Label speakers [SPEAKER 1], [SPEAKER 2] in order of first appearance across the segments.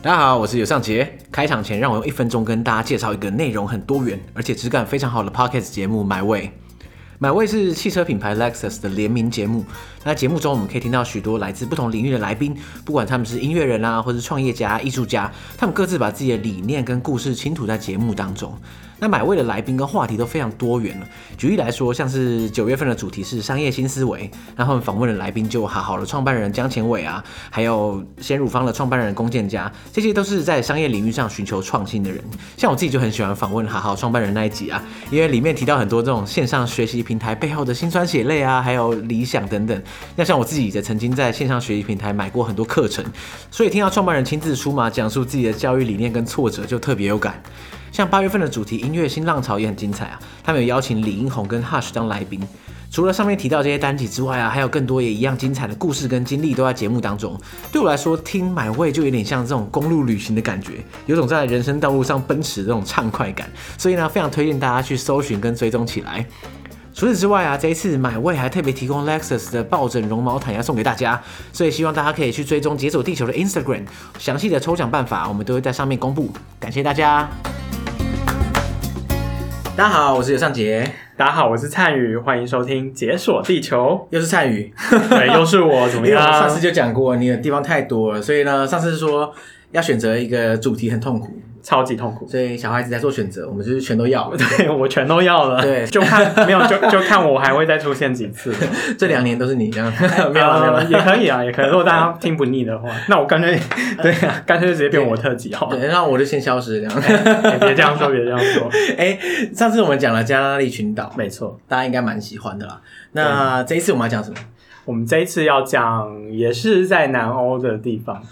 [SPEAKER 1] 大家好，我是尤尚杰。开场前，让我用一分钟跟大家介绍一个内容很多元，而且质感非常好的 podcast 节目《My Way》。买位是汽车品牌 Lexus 的联名节目。那节目中，我们可以听到许多来自不同领域的来宾，不管他们是音乐人啊，或是创业家、艺术家，他们各自把自己的理念跟故事倾吐在节目当中。那买位的来宾跟话题都非常多元了。举例来说，像是九月份的主题是商业新思维，那他们访问的来宾就好好的创办人江前伟啊，还有鲜乳坊的创办人龚建家，这些都是在商业领域上寻求创新的人。像我自己就很喜欢访问好好创办人那一集啊，因为里面提到很多这种线上学习。平台背后的辛酸血泪啊，还有理想等等。那像我自己也曾经在线上学习平台买过很多课程，所以听到创办人亲自出马讲述自己的教育理念跟挫折，就特别有感。像八月份的主题音乐新浪潮也很精彩啊，他们有邀请李英红跟 Hush 当来宾。除了上面提到这些单集之外啊，还有更多也一样精彩的故事跟经历都在节目当中。对我来说，听买位就有点像这种公路旅行的感觉，有种在人生道路上奔驰的这种畅快感。所以呢，非常推荐大家去搜寻跟追踪起来。除此之外啊，这一次买位还特别提供 Lexus 的抱枕绒毛毯要送给大家，所以希望大家可以去追踪解锁地球的 Instagram，详细的抽奖办法我们都会在上面公布。感谢大家！大家好，我是尤尚杰，
[SPEAKER 2] 大家好，我是灿宇，欢迎收听《解锁 地球
[SPEAKER 1] 又是灿宇，》。
[SPEAKER 2] 对，又是我，怎
[SPEAKER 1] 因
[SPEAKER 2] 么
[SPEAKER 1] 为我上
[SPEAKER 2] 样
[SPEAKER 1] 次？就讲过你的地方太多了，所以呢，上次是说要选择一个主题很痛苦，
[SPEAKER 2] 超级痛 苦，
[SPEAKER 1] 所以小孩子在做选择，我们就是全都要。
[SPEAKER 2] 对我全都要了。
[SPEAKER 1] 对
[SPEAKER 2] 就看没有，就就看我还会再出现几次。
[SPEAKER 1] 这两年都是你这 样， 没有啦没有
[SPEAKER 2] 呃
[SPEAKER 1] 啦。
[SPEAKER 2] 也可以啊，也可以。如果大家听不腻的话，那我干脆 对啊，干脆就直接变我特辑好了。
[SPEAKER 1] 对，那我就先消失这样。
[SPEAKER 2] 哎别这样说，别这样说。
[SPEAKER 1] 哎、上次我们讲了加拉利群岛，
[SPEAKER 2] 没错，
[SPEAKER 1] 大家应该蛮喜欢的啦。那这一次我们要讲什么？
[SPEAKER 2] 我们这一次要讲也是在南欧的地方，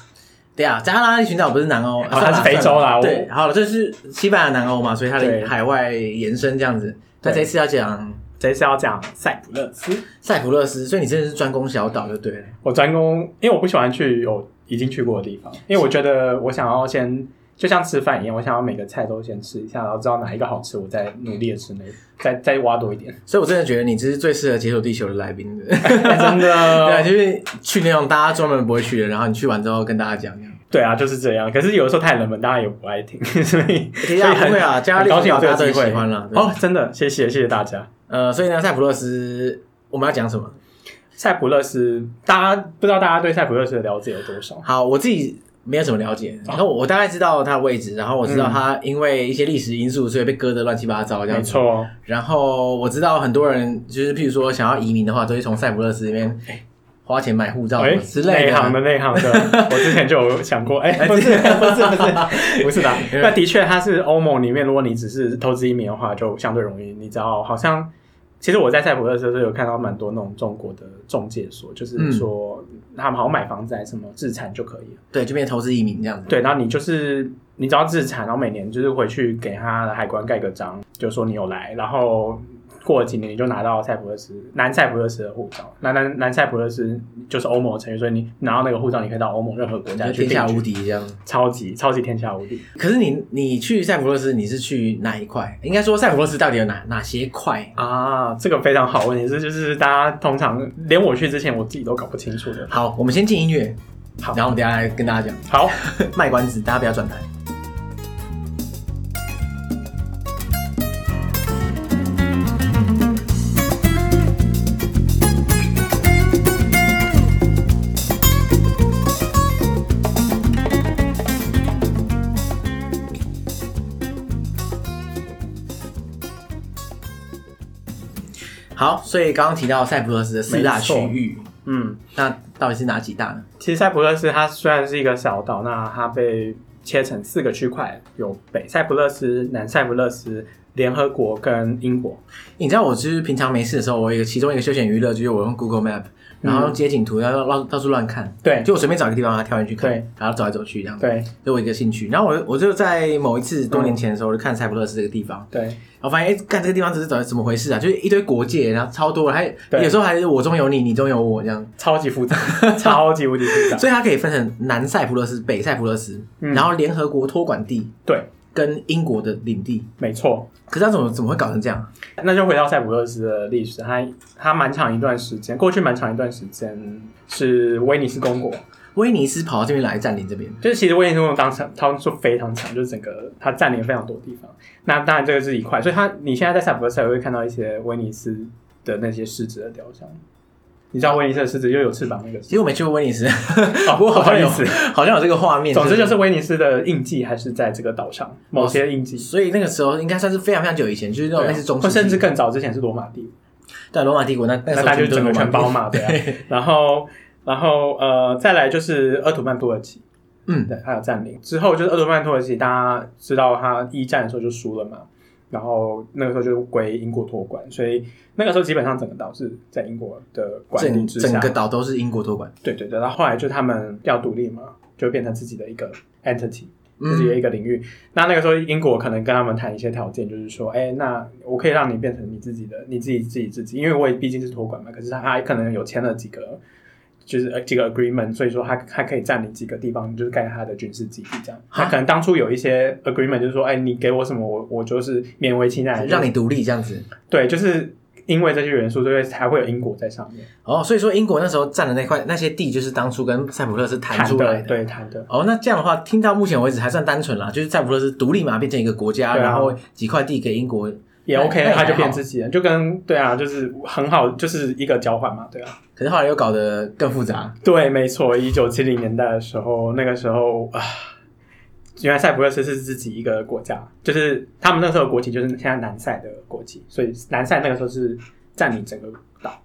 [SPEAKER 1] 对啊，加拉利群岛不是南欧，
[SPEAKER 2] 哦它
[SPEAKER 1] 算了
[SPEAKER 2] 是非洲
[SPEAKER 1] 算
[SPEAKER 2] 啦
[SPEAKER 1] 了
[SPEAKER 2] 我
[SPEAKER 1] 对，好了，这是西班牙南欧嘛，所以它
[SPEAKER 2] 对
[SPEAKER 1] 的海外延伸这样子。那
[SPEAKER 2] 对
[SPEAKER 1] 这一次要讲
[SPEAKER 2] 这一次要讲塞浦路斯。
[SPEAKER 1] 塞浦路斯，所以你真的是专攻小岛就对了。
[SPEAKER 2] 我专攻，因为我不喜欢去有已经去过的地方，因为我觉得我想要先就像吃饭一样，我想要每个菜都先吃一下，然后知道哪一个好吃，我再努力的吃那个，再再挖多一 点。
[SPEAKER 1] 所以我真的觉得你这是最适合解锁地球的来宾 的。
[SPEAKER 2] 哎真
[SPEAKER 1] 对啊，
[SPEAKER 2] 的，
[SPEAKER 1] 就是去那种大家专门不会去的，然后你去完之后跟大家讲这样。
[SPEAKER 2] 对啊，就是这样。可是有的时候太冷门，大家也不爱听， 所以所
[SPEAKER 1] 其
[SPEAKER 2] 以
[SPEAKER 1] 实啊
[SPEAKER 2] 很
[SPEAKER 1] 不会啊加
[SPEAKER 2] 很
[SPEAKER 1] 料
[SPEAKER 2] 高兴有
[SPEAKER 1] 大
[SPEAKER 2] 这
[SPEAKER 1] 家
[SPEAKER 2] 个
[SPEAKER 1] 都
[SPEAKER 2] 机会
[SPEAKER 1] 喜欢啦对
[SPEAKER 2] 哦，真的，谢谢谢谢大家。
[SPEAKER 1] 呃，所以呢，塞浦路斯我们要讲什么？
[SPEAKER 2] 塞浦路斯，大家不知道大家对塞浦路斯的了解有多少？
[SPEAKER 1] 好，我自己没有什么了解，
[SPEAKER 2] 哦
[SPEAKER 1] 然后我我大概知道它的位置，然后我知道它因为一些历史因素，所以被割得乱七八糟这样
[SPEAKER 2] 嗯没
[SPEAKER 1] 子。
[SPEAKER 2] 错，
[SPEAKER 1] 然后我知道很多人就是，譬如说想要移民的话，都会从塞浦路斯那边花钱买护照什
[SPEAKER 2] 哎
[SPEAKER 1] 么之类
[SPEAKER 2] 内行
[SPEAKER 1] 的。啊
[SPEAKER 2] 的内 行的，我之前就有想过，哎、
[SPEAKER 1] 哎
[SPEAKER 2] 不是
[SPEAKER 1] 这
[SPEAKER 2] 不是不是 不是的，
[SPEAKER 1] 因为
[SPEAKER 2] 那的确它是欧盟里面，如果你只是投资移民的话，就相对容易。你只要好像，其实我在塞浦路斯的时候有看到蛮多那种中国的中介所，
[SPEAKER 1] 嗯
[SPEAKER 2] 就是说、他们好像买房子还是什么自产就可以了。
[SPEAKER 1] 对，就变成投资移民这样子。
[SPEAKER 2] 对，然后你就是你只要自产，然后每年就是回去给他的海关盖个章，就说你有来，然后。过了几年，你就拿到塞浦路斯南塞浦路斯的护照。那南南塞浦路斯就是欧盟的成员，所以你拿到那个护照，你可以到欧盟任何国家
[SPEAKER 1] 就
[SPEAKER 2] 去
[SPEAKER 1] 天下
[SPEAKER 2] 定居
[SPEAKER 1] 无敌这样。
[SPEAKER 2] 超级超级天下无敌。
[SPEAKER 1] 可是你你去塞浦路斯，你是去哪一块？应该说塞浦路斯到底有哪哪些块？
[SPEAKER 2] 啊，这个非常好问题是，就是大家通常连我去之前我自己都搞不清楚的。
[SPEAKER 1] 好，我们先进音乐，
[SPEAKER 2] 好
[SPEAKER 1] 然后我们等一下来跟大家讲
[SPEAKER 2] 好，
[SPEAKER 1] 卖关子，大家不要转台。好，所以刚刚提到塞浦路斯的四大
[SPEAKER 2] 没
[SPEAKER 1] 区
[SPEAKER 2] 错
[SPEAKER 1] 域，
[SPEAKER 2] 嗯，
[SPEAKER 1] 那到底是哪几大呢？
[SPEAKER 2] 其实塞浦路斯它虽然是一个小岛，那它被切成四个区块，有北塞浦路斯、南塞浦路斯、联合国跟英国。
[SPEAKER 1] 你知道我就是平常没事的时候，我有一个其中一个休闲娱乐就是我用 Google Map，然
[SPEAKER 2] 嗯
[SPEAKER 1] 后用街景图，然后到到处乱看，
[SPEAKER 2] 对
[SPEAKER 1] 就我随便找一个地方，然后跳进去看
[SPEAKER 2] 对，
[SPEAKER 1] 然后走来走去这样，，
[SPEAKER 2] 对嗯
[SPEAKER 1] 就我一个兴趣。然后我我就在某一次多年前的时候，我就看塞浦路斯这个地方，
[SPEAKER 2] 对，
[SPEAKER 1] 然后发现哎，干这个地方这是怎么怎么回事啊？就是一堆国界，然后超多，还
[SPEAKER 2] 对
[SPEAKER 1] 有时候还是我中有你，你中有我这样，
[SPEAKER 2] 超级 复杂，超级无敌复杂。
[SPEAKER 1] 所以它可以分成南塞浦路斯、北塞浦路斯，
[SPEAKER 2] 嗯
[SPEAKER 1] 然后联合国托管地
[SPEAKER 2] 对，
[SPEAKER 1] 跟英国的领地。
[SPEAKER 2] 没错。
[SPEAKER 1] 可是它怎么怎么会搞成这样？
[SPEAKER 2] 那就回到塞浦路斯的历史，它它蛮长一段时间，过去蛮长一段时间是威尼斯公国。
[SPEAKER 1] 威尼斯跑到这边来占领这边，
[SPEAKER 2] 就是其实威尼斯公国当场，他们说非常长，就是整个它占领了非常多地方。那当然这个是一块，所以它你现在在塞浦路斯还会看到一些威尼斯的那些狮子的雕像。你知道威尼斯的狮子又有翅膀那个
[SPEAKER 1] 其实我没去过威尼斯，
[SPEAKER 2] 哦
[SPEAKER 1] 不过好像有
[SPEAKER 2] 不好意
[SPEAKER 1] 好像有这个画面。
[SPEAKER 2] 总之就是威尼斯的印记还是在这个岛上，某些印记，
[SPEAKER 1] 所以那个时候应该算是非常非常久以前，就是哦那种类
[SPEAKER 2] 对啊
[SPEAKER 1] 似中
[SPEAKER 2] 或
[SPEAKER 1] 世纪，
[SPEAKER 2] 甚至更早之前是罗马帝国，
[SPEAKER 1] 在罗马帝国那那
[SPEAKER 2] 那
[SPEAKER 1] 时候
[SPEAKER 2] 大家就
[SPEAKER 1] 全部都是
[SPEAKER 2] 整个
[SPEAKER 1] 罗马帝
[SPEAKER 2] 全
[SPEAKER 1] 国
[SPEAKER 2] 包嘛，对啊。然后，然后呃，再来就是鄂图曼土耳其，
[SPEAKER 1] 嗯，
[SPEAKER 2] 对，还有占领之后就是鄂图曼土耳其，大家知道他一战的时候就输了嘛，然后那个时候就归英国托管，所以那个时候基本上整个岛是在英国的管理
[SPEAKER 1] 整
[SPEAKER 2] 之下，
[SPEAKER 1] 整个岛都是英国托管，
[SPEAKER 2] 对对对，然后后来就他们要独立嘛，就变成自己的一个 entity，自己的
[SPEAKER 1] 嗯，
[SPEAKER 2] 一个领域。那那个时候，英国可能跟他们谈一些条件，就是说，哎，那我可以让你变成你自己的，你自己自己自己，因为我也毕竟是托管嘛。可是他他可能有签了几个，就是呃几个 agreement，所以说他他可以占领几个地方，就是盖他的军事基地这样。
[SPEAKER 1] 啊
[SPEAKER 2] 他可能当初有一些 agreement，就是说，哎，你给我什么，我我就是勉为其难
[SPEAKER 1] 哎让你独立这样子。
[SPEAKER 2] 对，就是因为这些元素，所以才会有英国在上面
[SPEAKER 1] 哦，所以说英国那时候占的那块那些地，就是当初跟塞浦路斯谈出来的。
[SPEAKER 2] 对谈的。
[SPEAKER 1] 哦，那这样的话，听到目前为止还算单纯啦，就是塞浦路斯独立嘛，变成一个国家，
[SPEAKER 2] 对啊
[SPEAKER 1] 然后几块地给英国。
[SPEAKER 2] 也
[SPEAKER 1] 那
[SPEAKER 2] OK，
[SPEAKER 1] 那也
[SPEAKER 2] 他就
[SPEAKER 1] 还好
[SPEAKER 2] 变自己人，就跟对啊，就是很好，就是一个交换嘛，对啊。
[SPEAKER 1] 可是后来又搞得更复杂，
[SPEAKER 2] 对，没错，一九七零年代的时候，那个时候啊，原来塞浦路斯是自己一个国家，就是他们那时候的国旗就是现在南塞的国旗，所以南塞那个时候是占领整个岛。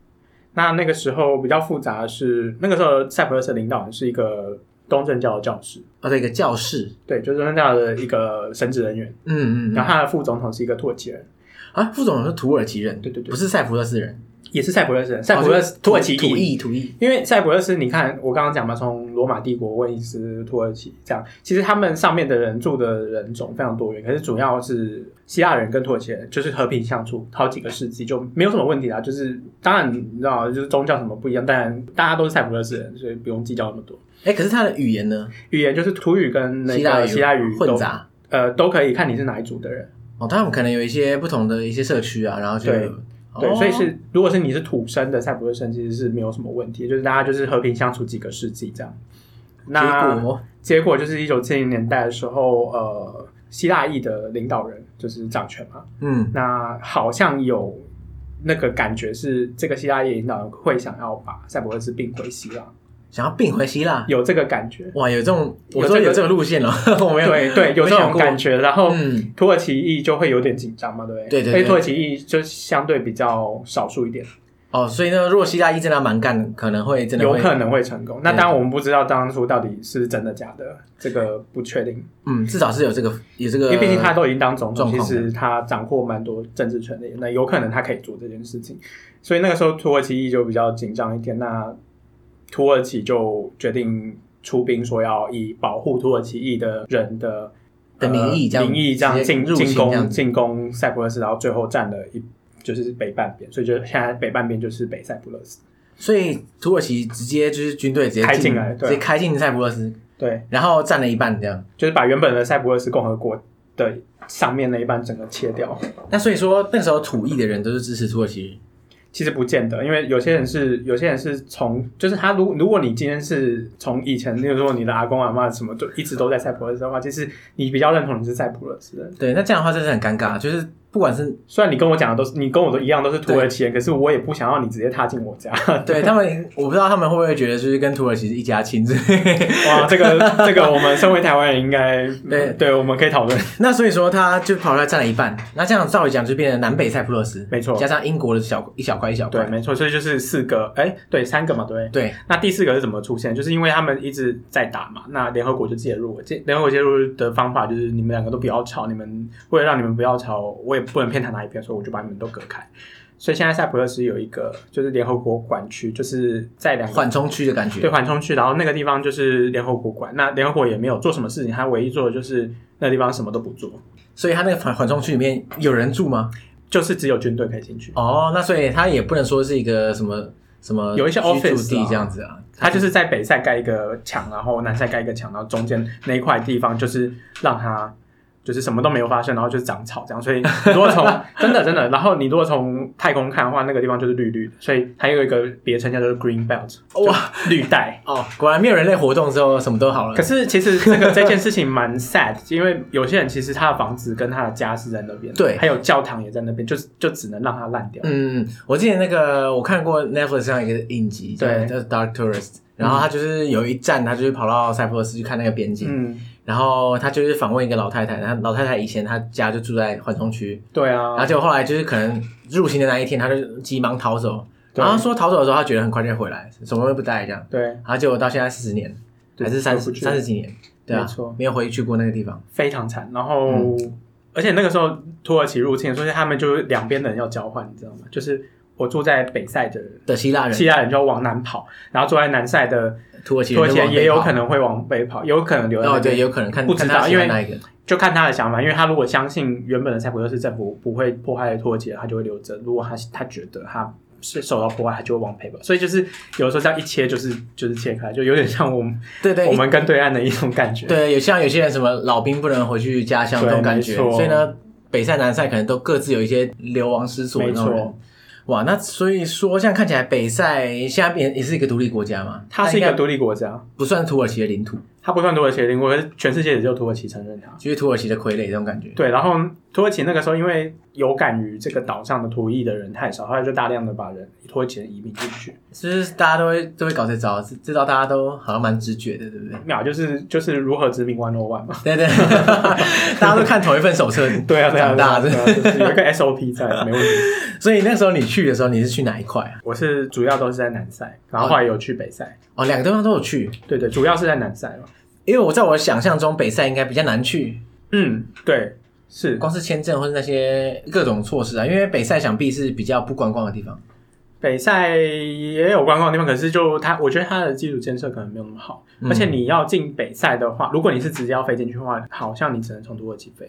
[SPEAKER 2] 那那个时候比较复杂的是，那个时候塞浦路斯的领导人是一个东正教的教士，
[SPEAKER 1] 哦，对，一个教室，
[SPEAKER 2] 对，就是东正教的一个神职人员，
[SPEAKER 1] 嗯嗯嗯，
[SPEAKER 2] 然后他的副总统是一个土耳其人，
[SPEAKER 1] 啊，副总是土耳其人，
[SPEAKER 2] 对对对
[SPEAKER 1] 不是塞浦路斯人，哦
[SPEAKER 2] 也是塞浦路斯人，塞浦路斯、土耳其
[SPEAKER 1] 土
[SPEAKER 2] 裔
[SPEAKER 1] 裔土裔，
[SPEAKER 2] 因为塞浦路斯，你看我刚刚讲嘛，从罗马帝国、威尼斯、土耳其这样，其实他们上面的人住的人种非常多元，可是主要是希腊人跟土耳其人，就是和平相处好几个世纪就没有什么问题啦。就是当然你知道，就是宗教什么不一样，但大家都是塞浦路斯人，所以不用计较那么多。
[SPEAKER 1] 哎，可是他的语言呢？
[SPEAKER 2] 语言就是土语跟那个希腊语
[SPEAKER 1] 混
[SPEAKER 2] 都
[SPEAKER 1] 杂。
[SPEAKER 2] 呃都可以看你是哪一组的人。
[SPEAKER 1] 哦，他们可能有一些不同的一些社区啊，然后就
[SPEAKER 2] 对对，
[SPEAKER 1] 哦
[SPEAKER 2] 所以是如果是你是土生的塞浦路斯人，其实是没有什么问题，就是大家就是和平相处几个世纪这样。那
[SPEAKER 1] 结果
[SPEAKER 2] 结果就是一九七零年代的时候，呃，希腊裔的领导人就是掌权嘛，
[SPEAKER 1] 嗯，
[SPEAKER 2] 那好像有那个感觉是这个希腊裔领导人会想要把塞浦路斯并回希腊，
[SPEAKER 1] 想要并回希腊，
[SPEAKER 2] 有这个 感觉，
[SPEAKER 1] 哇，有这种，
[SPEAKER 2] 有
[SPEAKER 1] 我说
[SPEAKER 2] 这个
[SPEAKER 1] 有这个路线了， 我没有，
[SPEAKER 2] 对对，有这种感
[SPEAKER 1] 觉，
[SPEAKER 2] 觉，然后。
[SPEAKER 1] 嗯，
[SPEAKER 2] 土耳其裔就会有点紧张嘛，对不对？
[SPEAKER 1] 对对对
[SPEAKER 2] 而且土耳其裔就相对比较少数一点，
[SPEAKER 1] 哦，所以呢，如果希腊一真的要蛮干，可能会真的
[SPEAKER 2] 有
[SPEAKER 1] 会，
[SPEAKER 2] 可能会成功。那
[SPEAKER 1] 对
[SPEAKER 2] 当然，我们不知道当初到底是真的假的，这个不确定，
[SPEAKER 1] 嗯，至少是有这个有这个，
[SPEAKER 2] 因为毕竟他都已经当总
[SPEAKER 1] 状
[SPEAKER 2] 统，其
[SPEAKER 1] 况
[SPEAKER 2] 实他掌握蛮多政治权利，那有可能他可以做这件事情。所以那个时候土耳其就比较紧张一点，那土耳其就决定出兵，说要以保护土耳其裔的人的。
[SPEAKER 1] 的名义这样
[SPEAKER 2] 呃名义这样
[SPEAKER 1] 直接
[SPEAKER 2] 进
[SPEAKER 1] 入侵
[SPEAKER 2] 进
[SPEAKER 1] 这样
[SPEAKER 2] 攻
[SPEAKER 1] 子
[SPEAKER 2] 进攻塞浦路斯，然后最后占了一就是北半边，所以就现在北半边就是北塞浦路斯。
[SPEAKER 1] 所以土耳其直接就是军队直接
[SPEAKER 2] 开进来对啊
[SPEAKER 1] 直接开进塞浦路斯，
[SPEAKER 2] 对，
[SPEAKER 1] 然后占了一半这样。
[SPEAKER 2] 就是把原本的塞浦路斯共和国的上面那一半整个切掉。
[SPEAKER 1] 那所以说那时候土裔的人都是支持土耳其人，
[SPEAKER 2] 其实不见得，因为有些人是有些人是从，就是他如如果你今天是从以前，例如说你的阿公啊阿妈什么，就一直都在塞浦路斯的话，其实你比较认同你是塞浦路斯人。
[SPEAKER 1] 对，那这样的话真是很尴尬，就是不管是
[SPEAKER 2] 虽然你跟我讲的都是你跟我都一样都是土耳其人，可是我也不想要你直接踏进我家。
[SPEAKER 1] 对他们，我不知道他们会不会觉得就是跟土耳其是一家亲之类 的。
[SPEAKER 2] 哇，这个这个我们身为台湾人应该嗯
[SPEAKER 1] 对
[SPEAKER 2] 对，我们可以讨论。
[SPEAKER 1] 那所以说，他就跑出来占了一半。那这样照理讲，就变成南北塞浦路斯，
[SPEAKER 2] 没错
[SPEAKER 1] 加上英国的小一小块一小
[SPEAKER 2] 对，
[SPEAKER 1] 块。
[SPEAKER 2] 没错，所以就是四个，哎，对，三个嘛，对不对。
[SPEAKER 1] 对，
[SPEAKER 2] 那第四个是怎么出现？就是因为他们一直在打嘛，那联合国就介入了。介联合国介入的方法就是你们两个都不要吵，你们为了让你们不要吵，我也不能偏袒哪一边，所以我就把你们都隔开。所以现在塞浦路斯有一个就是联合国管区，就是在两个
[SPEAKER 1] 缓冲区的感
[SPEAKER 2] 对
[SPEAKER 1] 觉。
[SPEAKER 2] 缓冲区，然后那个地方就是联合国管。那联合国也没有做什么事情，他唯一做的就是那地方什么都不做，
[SPEAKER 1] 所以他那个缓缓冲区里面有人住吗？
[SPEAKER 2] 就是只有军队可以进去。
[SPEAKER 1] 哦，那所以他也不能说是一个什么什么
[SPEAKER 2] 有一些
[SPEAKER 1] 居住
[SPEAKER 2] office
[SPEAKER 1] 地
[SPEAKER 2] 啊
[SPEAKER 1] 这样子啊。
[SPEAKER 2] 他就是在北塞盖一个墙，然后南塞盖一个墙，然后中间那一块地方就是让他就是什么都没有发生，然后就是长草这样。 所以你如果从真的真的，然后你如果从太空看的话，那个地方就是绿绿的，所以它有一个别称叫做 green belt，
[SPEAKER 1] 哇，
[SPEAKER 2] 绿带。
[SPEAKER 1] 哦，果然没有人类活动之后，什么都好了
[SPEAKER 2] 可。是其实这个这件事情蛮 sad，因为有些人其实他的房子跟他的家是在那边，
[SPEAKER 1] 对
[SPEAKER 2] 还有教堂也在那边，就是就只能让它烂掉。
[SPEAKER 1] 嗯，我之前那个我看过 Netflix 上一个影集，叫
[SPEAKER 2] 对
[SPEAKER 1] 叫 Dark Tourist，然后他就是有一站，他就是跑到塞浦路斯去看那个边境，
[SPEAKER 2] 嗯，
[SPEAKER 1] 然后他就是访问一个老太太，然后老太太以前她家就住在环中区，
[SPEAKER 2] 对
[SPEAKER 1] 然后
[SPEAKER 2] 啊，
[SPEAKER 1] 结果后来就是可能入侵的那一天，她就急忙逃走，
[SPEAKER 2] 对
[SPEAKER 1] 然后她说逃走的时候，她觉得很快就会回来，什么都不带这样，
[SPEAKER 2] 对，
[SPEAKER 1] 然后结果到现在四十年
[SPEAKER 2] 对
[SPEAKER 1] 还是三
[SPEAKER 2] 回
[SPEAKER 1] 十
[SPEAKER 2] 不去
[SPEAKER 1] 三十几年，对啊
[SPEAKER 2] 没错，
[SPEAKER 1] 没有回去过那个地方，
[SPEAKER 2] 非常惨。然后、
[SPEAKER 1] 嗯
[SPEAKER 2] 而且那个时候土耳其入侵，所以他们就是两边的人要交换，你知道吗？就是我住在北塞的人。
[SPEAKER 1] 的希腊人
[SPEAKER 2] 希、腊人就要往南跑，然后住在南塞的
[SPEAKER 1] 土耳其
[SPEAKER 2] 土耳
[SPEAKER 1] 人
[SPEAKER 2] 其
[SPEAKER 1] 就往
[SPEAKER 2] 人
[SPEAKER 1] 北
[SPEAKER 2] 也有
[SPEAKER 1] 跑
[SPEAKER 2] 可能会往北跑，有可能留在那
[SPEAKER 1] 啊哦，对，
[SPEAKER 2] 边
[SPEAKER 1] 也有可能看
[SPEAKER 2] 不知道
[SPEAKER 1] 看他喜欢
[SPEAKER 2] 因为
[SPEAKER 1] 哪一个，
[SPEAKER 2] 就看他的想法，因为他如果相信原本的塞浦路斯政府不会迫害土耳其人，他就会留着；如果他他觉得他是受到迫害，他就会往北跑。所以就是有时候这样一切就是就是切开，就有点像我们
[SPEAKER 1] 对对，
[SPEAKER 2] 我们跟对岸的一种感觉。
[SPEAKER 1] 对，有像有些人什么老兵不能回去家乡这种
[SPEAKER 2] 对
[SPEAKER 1] 感觉，
[SPEAKER 2] 没错
[SPEAKER 1] 所以呢，北赛南赛可能都各自有一些流亡失所的
[SPEAKER 2] 没
[SPEAKER 1] 那种
[SPEAKER 2] 错
[SPEAKER 1] 人。，哇，那所以说，这样看起来北赛现在变也是一个独立国家嘛？
[SPEAKER 2] 它是一
[SPEAKER 1] 那应
[SPEAKER 2] 个
[SPEAKER 1] 该
[SPEAKER 2] 独立国家，
[SPEAKER 1] 不算土耳其的领土，
[SPEAKER 2] 它不算土耳其的邻国，可是全世界也就土耳其承认它。
[SPEAKER 1] 就是土耳其的傀儡这种感觉。
[SPEAKER 2] 对，然后土耳其那个时候因为有感于这个岛上的土裔的人太少，后来就大量的把人土耳其人移民进去。
[SPEAKER 1] 是不是大家都会都会搞这招？这这招大家都好像蛮直觉的，对不对？
[SPEAKER 2] 那就是就是如何殖民 One O One 嘛。
[SPEAKER 1] 对 对，大家都看同一份手册
[SPEAKER 2] 对啊，对啊，
[SPEAKER 1] 长大
[SPEAKER 2] 对
[SPEAKER 1] 的。
[SPEAKER 2] 啊对啊就是有一个 SOP 在，没问题。
[SPEAKER 1] 所以那时候你去的时候，你是去哪一块啊？
[SPEAKER 2] 我是主要都是在南赛，然后后来有去北赛，
[SPEAKER 1] 哦，两个地方都有去，
[SPEAKER 2] 对对，主要是在南赛嘛。
[SPEAKER 1] 因为我在我想象中北赛应该比较难去，
[SPEAKER 2] 嗯，对，是
[SPEAKER 1] 光是签证或是那些各种措施啊，因为北赛想必是比较不观光的地方。
[SPEAKER 2] 北赛也有观光的地方，可是就它，我觉得它的基础建设可能没有那么好，
[SPEAKER 1] 嗯
[SPEAKER 2] 而且你要进北赛的话，如果你是直接要飞进去的话，好像你只能从土耳其飞，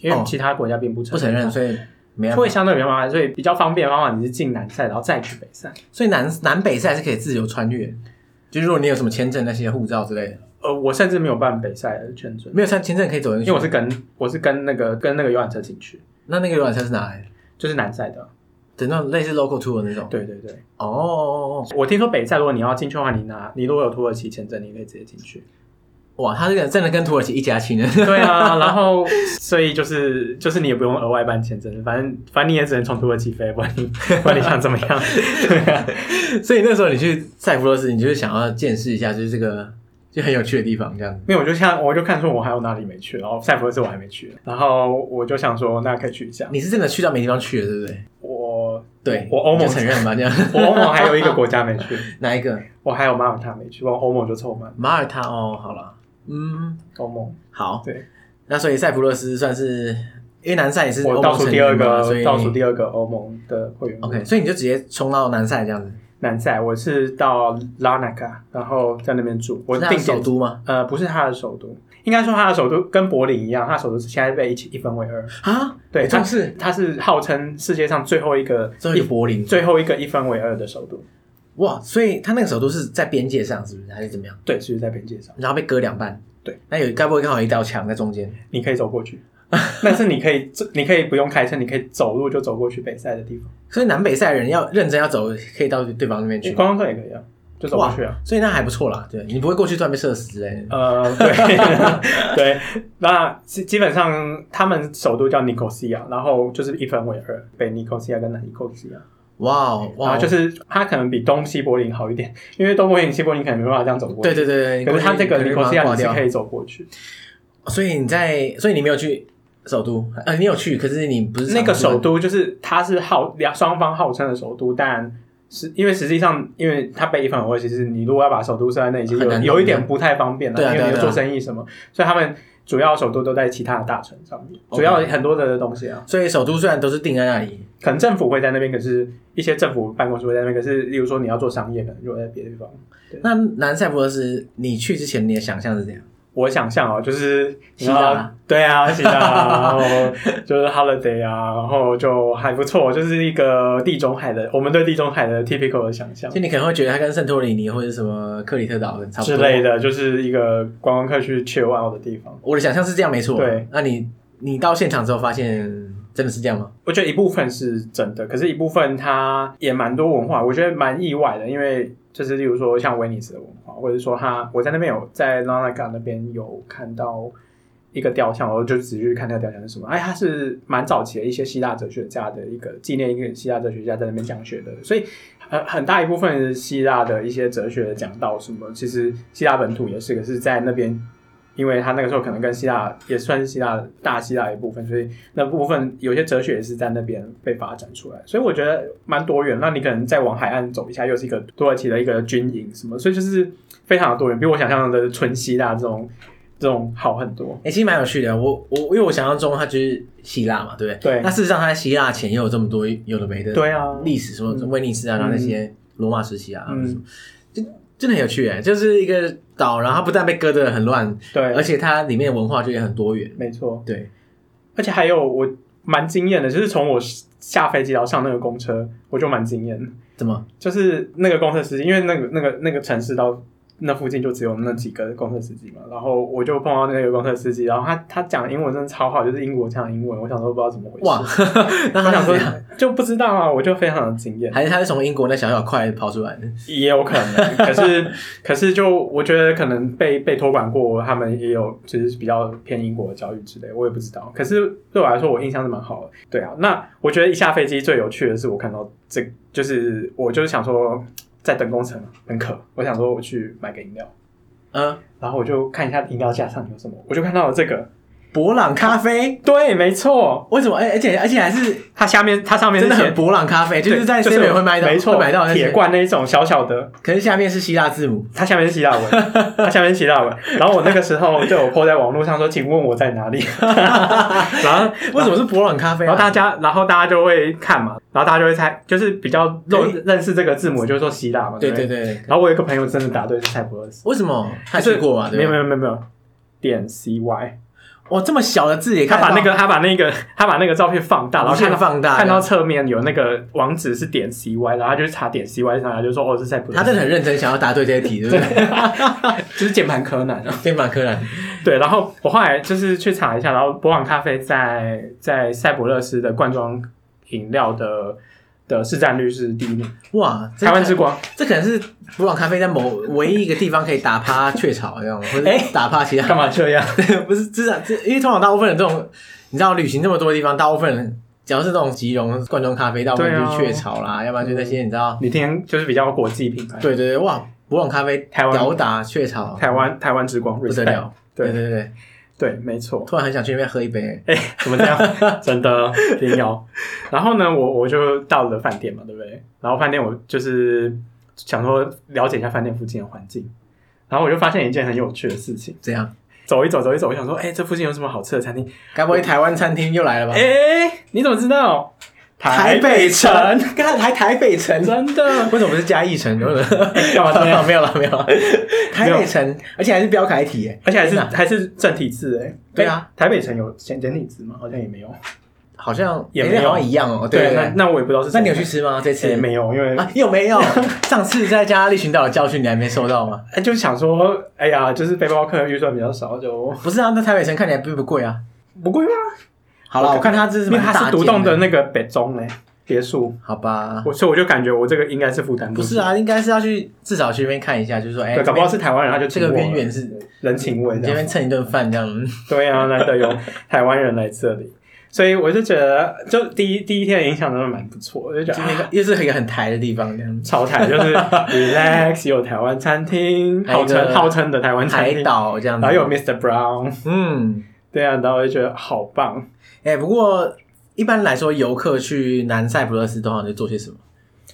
[SPEAKER 2] 因
[SPEAKER 1] 哦
[SPEAKER 2] 为其他国家并不
[SPEAKER 1] 不承认，
[SPEAKER 2] 所
[SPEAKER 1] 所以没
[SPEAKER 2] 以
[SPEAKER 1] 办法
[SPEAKER 2] 会。相对比较麻烦，所以比较方便的方法你是进南赛，然后再去北赛。
[SPEAKER 1] 所以南南北赛是可以自由穿越，就如果你有什么签证、那些护照之类的，
[SPEAKER 2] 呃，我甚至没有办北赛的签证，
[SPEAKER 1] 没有签签证可以走进
[SPEAKER 2] 因为
[SPEAKER 1] 去
[SPEAKER 2] 我。是跟我是跟那个跟那个游览车进去，
[SPEAKER 1] 那那个游览车是哪来的？
[SPEAKER 2] 就是南赛的。
[SPEAKER 1] 等那种类似 local tour 的那种。
[SPEAKER 2] 对对对，
[SPEAKER 1] 哦哦哦
[SPEAKER 2] 我听说北塞，如果你要进去的话，你拿你如果有土耳其签证，你可以直接进去。
[SPEAKER 1] 哦，哇，他这个真的跟土耳其一家亲呢。
[SPEAKER 2] 对啊，然后所以就是就是你也不用额外办签证，反正反正你也只能从土耳其飞，不然你 不然你想怎么样？ 对啊，
[SPEAKER 1] 所以那时候你去塞浦路斯，你就是想要见识一下，就是这个就很有趣的地方，这样。
[SPEAKER 2] 因为我就像我就看出我还有哪里没去，然后塞浦路斯我还没去，然后我就想说那可以去一下。
[SPEAKER 1] 你是真的去到没地方去了，对不对？
[SPEAKER 2] 我
[SPEAKER 1] 对，
[SPEAKER 2] 我欧盟
[SPEAKER 1] 你就承认吧，这样。
[SPEAKER 2] 我欧盟还有一个国家没去，
[SPEAKER 1] 哪一个？
[SPEAKER 2] 我还有马耳他没去，我欧盟就凑满
[SPEAKER 1] 马耳他哦，好了，嗯，
[SPEAKER 2] 欧盟。
[SPEAKER 1] 好，
[SPEAKER 2] 对，
[SPEAKER 1] 那所以塞浦路斯算是，因为南赛也是
[SPEAKER 2] 我
[SPEAKER 1] 欧
[SPEAKER 2] 倒
[SPEAKER 1] 盟
[SPEAKER 2] 数
[SPEAKER 1] 成
[SPEAKER 2] 第二
[SPEAKER 1] 员嘛所
[SPEAKER 2] 个
[SPEAKER 1] 以
[SPEAKER 2] 倒数第二个欧盟的会员国
[SPEAKER 1] OK，所以你就直接冲到南赛这样子，
[SPEAKER 2] 南塞，我是到拉纳卡，然后在那边住。我
[SPEAKER 1] 是
[SPEAKER 2] 定
[SPEAKER 1] 它的
[SPEAKER 2] 点
[SPEAKER 1] 首都吗？
[SPEAKER 2] 呃，不是它的首都，应该说它的首都跟柏林一样，它的首都是现在被一起一分为二。
[SPEAKER 1] 啊，
[SPEAKER 2] 对，它
[SPEAKER 1] 重视
[SPEAKER 2] 它是号称世界上最后一个
[SPEAKER 1] 最后一个柏林，
[SPEAKER 2] 最后一个一分为二的首都。
[SPEAKER 1] 哇，所以它那个首都是在边界上，是不是还是怎么样？
[SPEAKER 2] 对，就是在边界上，
[SPEAKER 1] 然后被割两半，
[SPEAKER 2] 对，
[SPEAKER 1] 那有该不会刚好有一道墙在中间？
[SPEAKER 2] 你可以走过去， 但是你可以这你可以不用开车，你可以走路就走过去北塞的地方，
[SPEAKER 1] 所以南北赛人要认真要走，可以到对方那边去。
[SPEAKER 2] 观光客也可以啊，就走过去啊。
[SPEAKER 1] 所以那还不错啦，对你不会过去突然被射死之类的。
[SPEAKER 2] 呃，对 对，那基基本上他们首都叫尼科西亚，然后就是一分为二，北尼科西亚跟南尼科西亚，
[SPEAKER 1] 哇哦
[SPEAKER 2] 然
[SPEAKER 1] 哇
[SPEAKER 2] 后
[SPEAKER 1] 哦，
[SPEAKER 2] 就是它可能比东西柏林好一点，因为东柏林、西柏林可能没办法这样走过
[SPEAKER 1] 对对
[SPEAKER 2] 去。
[SPEAKER 1] 对对，
[SPEAKER 2] 可是它这个尼科西亚
[SPEAKER 1] 挂
[SPEAKER 2] 你是
[SPEAKER 1] 掉
[SPEAKER 2] 可。以走过去，
[SPEAKER 1] 所以你在，所以你没有去首都，呃，你有去，可是你不是
[SPEAKER 2] 那个
[SPEAKER 1] 常住的
[SPEAKER 2] 首都就是它是号两双方号称的首都，但是因为实际上，因为它被一分为二，其实你如果要把首都设在那里，其实
[SPEAKER 1] 很难
[SPEAKER 2] 有
[SPEAKER 1] 弄
[SPEAKER 2] 有一
[SPEAKER 1] 对
[SPEAKER 2] 点不太方便了，
[SPEAKER 1] 对啊
[SPEAKER 2] 因为
[SPEAKER 1] 对啊
[SPEAKER 2] 你要
[SPEAKER 1] 对啊
[SPEAKER 2] 做生意什么，所以他们主要首都都在其他的大城上面，
[SPEAKER 1] OK
[SPEAKER 2] 主要很多的东西啊。
[SPEAKER 1] 所以首都虽然都是定在那里，
[SPEAKER 2] 可能政府会在那边，可是一些政府办公室会在那边，可是例如说你要做商业，可能就会在别的地方。
[SPEAKER 1] 那南塞浦路斯，你去之前你的想象是怎样？
[SPEAKER 2] 我想象哦，就是
[SPEAKER 1] 希腊啊
[SPEAKER 2] 然后对啊，希腊啊，然后就是 holiday 啊，然后就还不错，就是一个地中海的，我们对地中海的 typical 的想象
[SPEAKER 1] 就你可能会觉得它跟圣托里尼或者什么克里特岛差不
[SPEAKER 2] 之
[SPEAKER 1] 多
[SPEAKER 2] 类。的，就是一个观光客去 chill out 的地方。
[SPEAKER 1] 我的想象是这样，没错。啊
[SPEAKER 2] 对，
[SPEAKER 1] 那你你到现场之后发现真的是这样吗？
[SPEAKER 2] 我觉得一部分是真的，可是一部分它也蛮多文化，我觉得蛮意外的，因为就是例如说像威尼斯的文化，或者说他我在那边有在拉拉嘎那边有看到一个雕像，我就仔细去看那个雕像是什么。哎，它是蛮早期的一些希腊哲学家的一个纪念，一个希腊哲学家在那边讲学的，所以很很大一部分希腊的一些哲学讲到什么，其实希腊本土也是，可是在那边因为他那个时候可能跟希腊也算是希腊大希腊的一部分，所以那部分有些哲学也是在那边被发展出来，所以我觉得蛮多元。那你可能再往海岸走一下，又是一个土耳其的一个军营什么，所以就是非常的多元，比我想象的纯希腊这种这种好很多。
[SPEAKER 1] 哎、其实蛮有趣的。我我因为我想象中它就是希腊嘛，对不对？
[SPEAKER 2] 对
[SPEAKER 1] 那事实上它在希腊前也有这么多有的没的
[SPEAKER 2] 对啊，
[SPEAKER 1] 历史，说
[SPEAKER 2] 嗯
[SPEAKER 1] 威尼斯啊，然后那些罗马时期啊，
[SPEAKER 2] 嗯
[SPEAKER 1] 然后什么就真的很有趣哎，就是一个岛，然后它不但被割得很乱，
[SPEAKER 2] 对，
[SPEAKER 1] 而且它里面的文化就也很多元。
[SPEAKER 2] 没错，
[SPEAKER 1] 对，
[SPEAKER 2] 而且还有我蛮惊艳的，就是从我下飞机到上那个公车，我就蛮惊艳的。
[SPEAKER 1] 怎么？
[SPEAKER 2] 就是那个公车司机，因为那个那个那个城市到那附近就只有那几个公车司机嘛，然后我就碰到那个公车司机，然后他他讲英文真的超好，就是英国腔英文，我想说不知道怎么回事，
[SPEAKER 1] 哇，那
[SPEAKER 2] 我
[SPEAKER 1] 他
[SPEAKER 2] 想
[SPEAKER 1] 是怎
[SPEAKER 2] 说
[SPEAKER 1] 样？
[SPEAKER 2] 就不知道啊，我就非常的惊艳，
[SPEAKER 1] 还是他是从英国那小小块跑出来的？
[SPEAKER 2] 也有可 能，可是可是就我觉得可能被被托管过，他们也有就是比较偏英国的教育之类，我也不知道。可是对我来说，我印象是蛮好的。对啊，那我觉得一下飞机最有趣的是我看到这，就是我就是想说在等工程嘛，很渴，我想说我去买个饮料，
[SPEAKER 1] 嗯，
[SPEAKER 2] 然后我就看一下饮料架上有什么，我就看到了这个，
[SPEAKER 1] 博朗咖啡。
[SPEAKER 2] 对，没错，
[SPEAKER 1] 为什么？哎、而且而且还是
[SPEAKER 2] 它下面它上面
[SPEAKER 1] 真的
[SPEAKER 2] 是
[SPEAKER 1] 很
[SPEAKER 2] 写
[SPEAKER 1] 博朗咖啡，就
[SPEAKER 2] 对
[SPEAKER 1] 是在
[SPEAKER 2] 就
[SPEAKER 1] C
[SPEAKER 2] 是
[SPEAKER 1] 美会买到，
[SPEAKER 2] 没错，
[SPEAKER 1] 会买到那些
[SPEAKER 2] 铁，罐那一种小小的，
[SPEAKER 1] 可是下面是希腊字母。
[SPEAKER 2] 它下面是希腊文， 它下面是希腊文。然后我那个时候就有 po 在网络上说，请问我在 哪里？然后
[SPEAKER 1] 为什么是博朗咖啡、啊？
[SPEAKER 2] 然后大家，然后大家就会看嘛，然后大家就会猜，就是比较
[SPEAKER 1] 对
[SPEAKER 2] 认认识这个字母，就是说希腊嘛。
[SPEAKER 1] 对
[SPEAKER 2] 不
[SPEAKER 1] 对对，
[SPEAKER 2] 然后我有一个朋友真的答对是塞浦路斯，
[SPEAKER 1] 为什么他去过嘛？对
[SPEAKER 2] 没有没
[SPEAKER 1] 有，
[SPEAKER 2] 有没有没有。点 C Y，
[SPEAKER 1] 哇，这么小的字也
[SPEAKER 2] 他
[SPEAKER 1] 看得
[SPEAKER 2] 把
[SPEAKER 1] 到
[SPEAKER 2] 那个他把那个他把那个照片放大，然后
[SPEAKER 1] 无限
[SPEAKER 2] 看到
[SPEAKER 1] 放大
[SPEAKER 2] 看
[SPEAKER 1] 这
[SPEAKER 2] 到
[SPEAKER 1] 样
[SPEAKER 2] 侧面有那个网址是点 C Y，然后他就去查点 C Y，然后他就说哦是塞浦路斯，
[SPEAKER 1] 他真的很认真想要答对这些题，对不对？
[SPEAKER 2] 就是键盘柯南啊。
[SPEAKER 1] 对马柯南，
[SPEAKER 2] 对，然后我后来就是去查一下，然后博朗咖啡在在塞浦路斯的罐装饮料的的市占率是第一名，
[SPEAKER 1] 哇，这
[SPEAKER 2] 台湾
[SPEAKER 1] 可
[SPEAKER 2] 之光。
[SPEAKER 1] 这可能是博朗咖啡在某唯一一个地方可以打趴雀巢，这样吗？或者
[SPEAKER 2] 哎
[SPEAKER 1] 打趴其他？
[SPEAKER 2] 嘛这样？
[SPEAKER 1] 不是，至少这因为通常大部分人这种，你知道旅行这么多地方，大部分人只要是这种吉隆罐装咖啡，大部分
[SPEAKER 2] 对啊
[SPEAKER 1] 就是雀巢啦，要不然就那些你知道，
[SPEAKER 2] 你听，就是比较国际品牌，
[SPEAKER 1] 对对对，哇，博朗咖啡
[SPEAKER 2] 台湾
[SPEAKER 1] 屌打雀巢，
[SPEAKER 2] 台湾台湾之光，
[SPEAKER 1] 不得
[SPEAKER 2] respect，
[SPEAKER 1] 了。对
[SPEAKER 2] 对
[SPEAKER 1] 对对，
[SPEAKER 2] 对，没错。
[SPEAKER 1] 突然很想去那边喝一杯。
[SPEAKER 2] 哎、怎么这样？ 真的零幺。然后呢，我我就到了饭店嘛，对不对？然后饭店我就是想说了解一下饭店附近的环境，然后我就发现一件很有趣的事情，
[SPEAKER 1] 这样，
[SPEAKER 2] 走一走走一走，我想说，哎、这附近有什么好吃的餐厅？
[SPEAKER 1] 该不会台湾餐厅又来了吧？
[SPEAKER 2] 哎、你怎么知道？台北，
[SPEAKER 1] 刚才还台北城，
[SPEAKER 2] 真的
[SPEAKER 1] 为什么不是嘉义城？干
[SPEAKER 2] 干嘛这 样
[SPEAKER 1] 没有了，没有了。台北城，而且还是标楷体，哎，
[SPEAKER 2] 而且还是
[SPEAKER 1] 天哪
[SPEAKER 2] 还是正体字哎、
[SPEAKER 1] 对啊
[SPEAKER 2] 哎，台北城有简简体字吗？好像也没有。
[SPEAKER 1] 好像
[SPEAKER 2] 也
[SPEAKER 1] 哎
[SPEAKER 2] 没有
[SPEAKER 1] 那好像一样哦。对，
[SPEAKER 2] 那
[SPEAKER 1] 对
[SPEAKER 2] 那我也不知道是什么。
[SPEAKER 1] 那你有去吃吗？这次
[SPEAKER 2] 哎？没有，因为、
[SPEAKER 1] 啊，又 没有。上次在加拉利群岛的教训你还没收到吗？
[SPEAKER 2] 哎就想说，哎呀，就是背包客预算比较少，就
[SPEAKER 1] 不是啊，那台北城看起来并不贵啊。
[SPEAKER 2] 不贵吧？
[SPEAKER 1] 好了，
[SPEAKER 2] 我
[SPEAKER 1] 我看它这是
[SPEAKER 2] 因为
[SPEAKER 1] 蛮
[SPEAKER 2] 它
[SPEAKER 1] 大
[SPEAKER 2] 是独
[SPEAKER 1] 间
[SPEAKER 2] 栋的，那个北中嘞、别墅，
[SPEAKER 1] 好吧？
[SPEAKER 2] 我所以我就感觉我这个应该是负担
[SPEAKER 1] 不
[SPEAKER 2] 起
[SPEAKER 1] 是。啊，应该是要去至少去那边看一下，就是说，哎，
[SPEAKER 2] 对，搞不好是台湾人，他就
[SPEAKER 1] 这个
[SPEAKER 2] 请我
[SPEAKER 1] 渊
[SPEAKER 2] 了
[SPEAKER 1] 源是
[SPEAKER 2] 人情味
[SPEAKER 1] 你
[SPEAKER 2] 这
[SPEAKER 1] 这
[SPEAKER 2] 样。
[SPEAKER 1] 边蹭一顿饭这样。
[SPEAKER 2] 对啊，难得有台湾人来这里，所以我就觉得，就第一第一天的影响真的蛮不错，我就觉
[SPEAKER 1] 就
[SPEAKER 2] 得、
[SPEAKER 1] 那个
[SPEAKER 2] 啊、
[SPEAKER 1] 又是一个很台的地方，这样
[SPEAKER 2] 超台，就 是 relax，有台湾餐厅，
[SPEAKER 1] 还有
[SPEAKER 2] 号
[SPEAKER 1] 一个
[SPEAKER 2] 称号称的台湾餐
[SPEAKER 1] 海
[SPEAKER 2] 厅，
[SPEAKER 1] 岛这样子。
[SPEAKER 2] 然后有 Mr. Brown，
[SPEAKER 1] 嗯，
[SPEAKER 2] 对啊，然后我就觉得好棒。
[SPEAKER 1] 哎、不过一般来说，游客去南塞浦路斯通常就做些什么？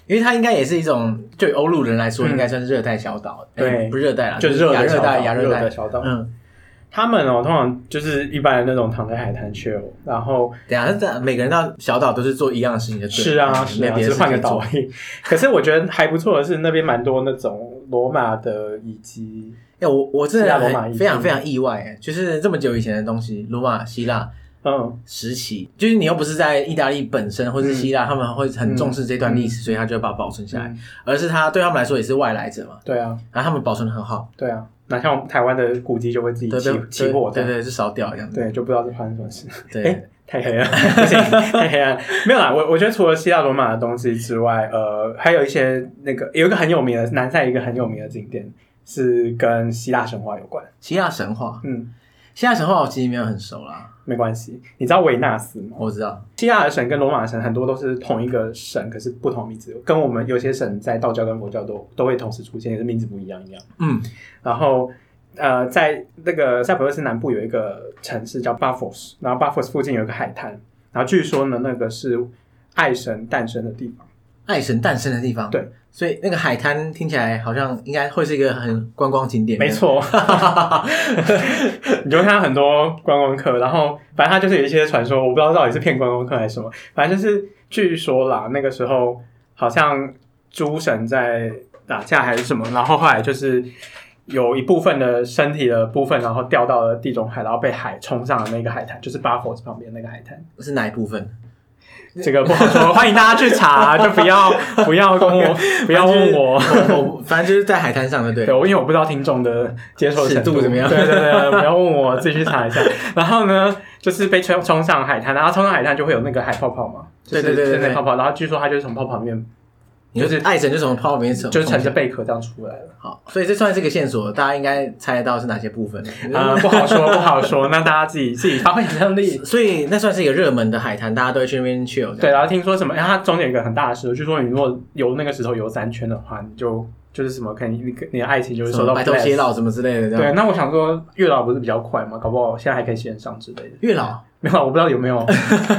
[SPEAKER 1] 因为它应该也是一种，对欧陆人来说，
[SPEAKER 2] 嗯
[SPEAKER 1] 应该算是热带小岛。哎
[SPEAKER 2] 对
[SPEAKER 1] 不是热带啦，
[SPEAKER 2] 就是
[SPEAKER 1] 是
[SPEAKER 2] 热
[SPEAKER 1] 亚
[SPEAKER 2] 的
[SPEAKER 1] 热
[SPEAKER 2] 小
[SPEAKER 1] 带，
[SPEAKER 2] 岛，
[SPEAKER 1] 亚热
[SPEAKER 2] 的
[SPEAKER 1] 带。
[SPEAKER 2] 小岛。
[SPEAKER 1] 嗯，
[SPEAKER 2] 他们哦，通常就是一般的那种躺在海滩 chill，然后
[SPEAKER 1] 等一下，这啊每个人到小岛都是做一样的事情就对了
[SPEAKER 2] 是啊是
[SPEAKER 1] 没有
[SPEAKER 2] 啊，
[SPEAKER 1] 别
[SPEAKER 2] 只
[SPEAKER 1] 的
[SPEAKER 2] 是
[SPEAKER 1] 事
[SPEAKER 2] 换个
[SPEAKER 1] 情
[SPEAKER 2] 岛
[SPEAKER 1] 做。
[SPEAKER 2] 而已。可是我觉得还不错的是，那边蛮多那种罗马的以及
[SPEAKER 1] 哎、我我真
[SPEAKER 2] 希
[SPEAKER 1] 的
[SPEAKER 2] 腊啊罗马
[SPEAKER 1] 很
[SPEAKER 2] 遗迹
[SPEAKER 1] 非常非常意外、哎，就是这么久以前的东西，罗马、希腊
[SPEAKER 2] 嗯。
[SPEAKER 1] 时期，就是你又不是在意大利本身或是
[SPEAKER 2] 嗯
[SPEAKER 1] 希腊，他们会很重视这段历史，所以他就会把它保存下来，而是他对他们来说也是外来者嘛，
[SPEAKER 2] 对啊，
[SPEAKER 1] 然后他们保存的很好。
[SPEAKER 2] 对啊，哪像台湾的古籍就会自己
[SPEAKER 1] 对
[SPEAKER 2] 起
[SPEAKER 1] 对
[SPEAKER 2] 起火
[SPEAKER 1] 对
[SPEAKER 2] 的，
[SPEAKER 1] 对，就少掉一样。
[SPEAKER 2] 对，就不知道是发生什么事。
[SPEAKER 1] 对，
[SPEAKER 2] 太黑了，不行， 太黑了。没有啦，我我觉得除了希腊罗马的东西之外，呃，还有一些那个有一个很有名的南塞一个很有名的景点是跟希腊神话有关。
[SPEAKER 1] 希腊神话，
[SPEAKER 2] 嗯，
[SPEAKER 1] 希腊神话我其实没有很熟啦，
[SPEAKER 2] 没关系。你知道维纳斯吗？
[SPEAKER 1] 我知道。
[SPEAKER 2] 希腊的神跟罗马的神很多都是同一个神，可是不同名字，跟我们有些神在道教跟佛教都都会同时出现，也是名字不一样一样。
[SPEAKER 3] 嗯，
[SPEAKER 2] 然后呃，在那个塞浦路斯南部有一个城市叫 Buffos，然后 Buffos 附近有一个海滩，然后据说呢，那个是爱神诞生的地方。
[SPEAKER 1] 爱神诞生的地方，
[SPEAKER 2] 对，
[SPEAKER 1] 所以那个海滩听起来好像应该会是一个很观光景点，
[SPEAKER 2] 没，错， 你就会看到很多观光客，然后反正他就是有一些传说，我不知道到底是骗观光客还是什么，反正就是据说啦，那个时候好像诸神在打架还是什么，然后后来就是有一部分的身体的部分，然后掉到了地中海，然后被海冲上了那个海滩，就是巴佛旁边那个海滩。
[SPEAKER 1] 是哪一部分？
[SPEAKER 2] 这个不好说，欢迎大家去查，就不要不要跟 我不要问我。
[SPEAKER 1] 我，我反正就是在海滩上的，对
[SPEAKER 2] 对，，我因为我不知道听众的接受程
[SPEAKER 1] 尺度怎么样
[SPEAKER 2] 对对对，不要问我，自己去查一下。然后呢，就是被冲冲上海滩，然后冲上海滩就会有那个海泡泡嘛，就是
[SPEAKER 1] 对对对对
[SPEAKER 2] 就是那
[SPEAKER 1] 对
[SPEAKER 2] 泡泡。然后据说它就是从泡泡里面，
[SPEAKER 1] 你就是爱神就从泡里面走，
[SPEAKER 2] 就是乘着贝壳这样出来了。
[SPEAKER 1] 好，所以这算是个线索，大家应该猜得到是哪些部分。
[SPEAKER 2] 啊、不好说，不好说，那大家自己自己发挥想 象力。
[SPEAKER 1] 所以那算是一个热门的海滩，大家都会去那边 chill 这
[SPEAKER 2] 对，
[SPEAKER 1] 样。
[SPEAKER 2] 然后听说什么？然后它中间有一个很大的石头，据说你如果游那个石头游三圈的话，你就就是什么，可能你你的爱情就会
[SPEAKER 1] 什
[SPEAKER 2] 受
[SPEAKER 1] 么
[SPEAKER 2] 到
[SPEAKER 1] 白头
[SPEAKER 2] bless
[SPEAKER 1] 偕老什么之类的，这
[SPEAKER 2] 对
[SPEAKER 1] 样。，
[SPEAKER 2] 那我想说，月老不是比较快吗？搞不好现在还可以线上之类的。
[SPEAKER 1] 月老，
[SPEAKER 2] 没有啊，我不知道有没 有。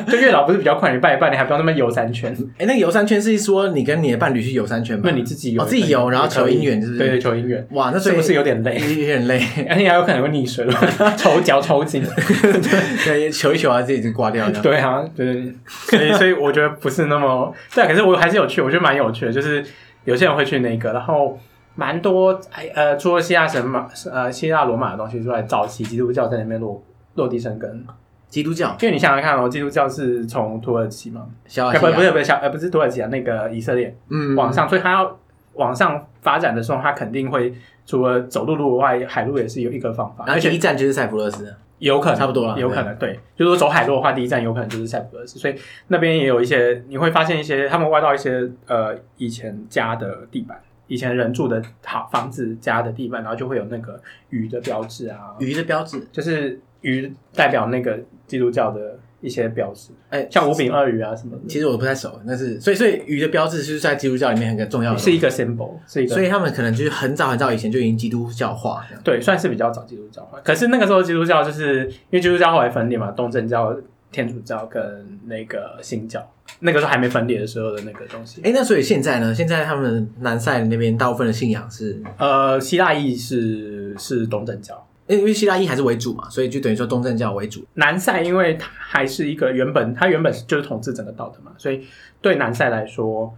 [SPEAKER 2] 就月老不是比较快，你拜一拜，你还不要那么游三圈。
[SPEAKER 1] 哎，那个游山圈是说你跟你的伴侣去游山圈吧？
[SPEAKER 2] 那你自己游，
[SPEAKER 1] 哦自己游然后求姻缘是不是
[SPEAKER 2] 对对，求姻缘，
[SPEAKER 1] 哇，那所
[SPEAKER 2] 是
[SPEAKER 1] 以
[SPEAKER 2] 不是有点累？
[SPEAKER 1] 有点累？
[SPEAKER 2] 而且还有可能会 溺水，抽脚抽筋。
[SPEAKER 1] 对，求一求啊，自己就挂掉了。
[SPEAKER 2] 对啊，对，所以所以我觉得不是那么对啊，可是我还是有去，我觉得蛮有趣的，就是有些人会去那个，然后蛮多哎呃，除了希腊神马呃希腊罗马的东西之外，早期基督教在那边落落地生根，
[SPEAKER 1] 基督教，
[SPEAKER 2] 因为你想想看哦，基督教是从土耳其嘛，
[SPEAKER 1] 小
[SPEAKER 2] 啊
[SPEAKER 1] 亚细
[SPEAKER 2] 不不
[SPEAKER 1] 亚，
[SPEAKER 2] 是不是小呃不是土耳其啊，那个以色列
[SPEAKER 1] 嗯，
[SPEAKER 2] 往上，所以它要往上发展的时候，它肯定会除了走陆路外，海路也是有一个方法，
[SPEAKER 1] 然
[SPEAKER 2] 而
[SPEAKER 1] 后第
[SPEAKER 2] 且
[SPEAKER 1] 一站就是塞浦路斯，
[SPEAKER 2] 有可能
[SPEAKER 1] 差不多了
[SPEAKER 2] 有可能对，就是说走海路的话，第一站有可能就是塞浦路斯，所以那边也有一些你会发现一些他们挖到一些呃以前家的地板。以前人住的好房子、家的地板，然后就会有那个鱼的标志啊，
[SPEAKER 1] 鱼的标志，
[SPEAKER 2] 就是鱼代表那个基督教的一些标志，
[SPEAKER 1] 哎，
[SPEAKER 2] 像五饼二鱼啊什么的。
[SPEAKER 1] 其实我不太熟，但是所以所以鱼的标志是在基督教里面很重要的东
[SPEAKER 2] 是
[SPEAKER 1] 西，
[SPEAKER 2] 一个 symbol，是一个，
[SPEAKER 1] 所以他们可能就是很早很早以前就已经基督教化这样。
[SPEAKER 2] 对，算是比较早基督教化。可是那个时候基督教就是因为基督教后来分裂嘛，东正教、天主教跟那个新教，那个时候还没分裂的时候的那个东西。
[SPEAKER 1] 哎，那所以现在呢？现在他们南塞那边大部分的信仰是，
[SPEAKER 2] 呃，希腊裔是是东正教，
[SPEAKER 1] 因为希腊裔还是为主嘛，所以就等于说东正教为主。
[SPEAKER 2] 南塞因为它还是一个原本它原本就是统治整个岛的嘛，所以对南塞来说，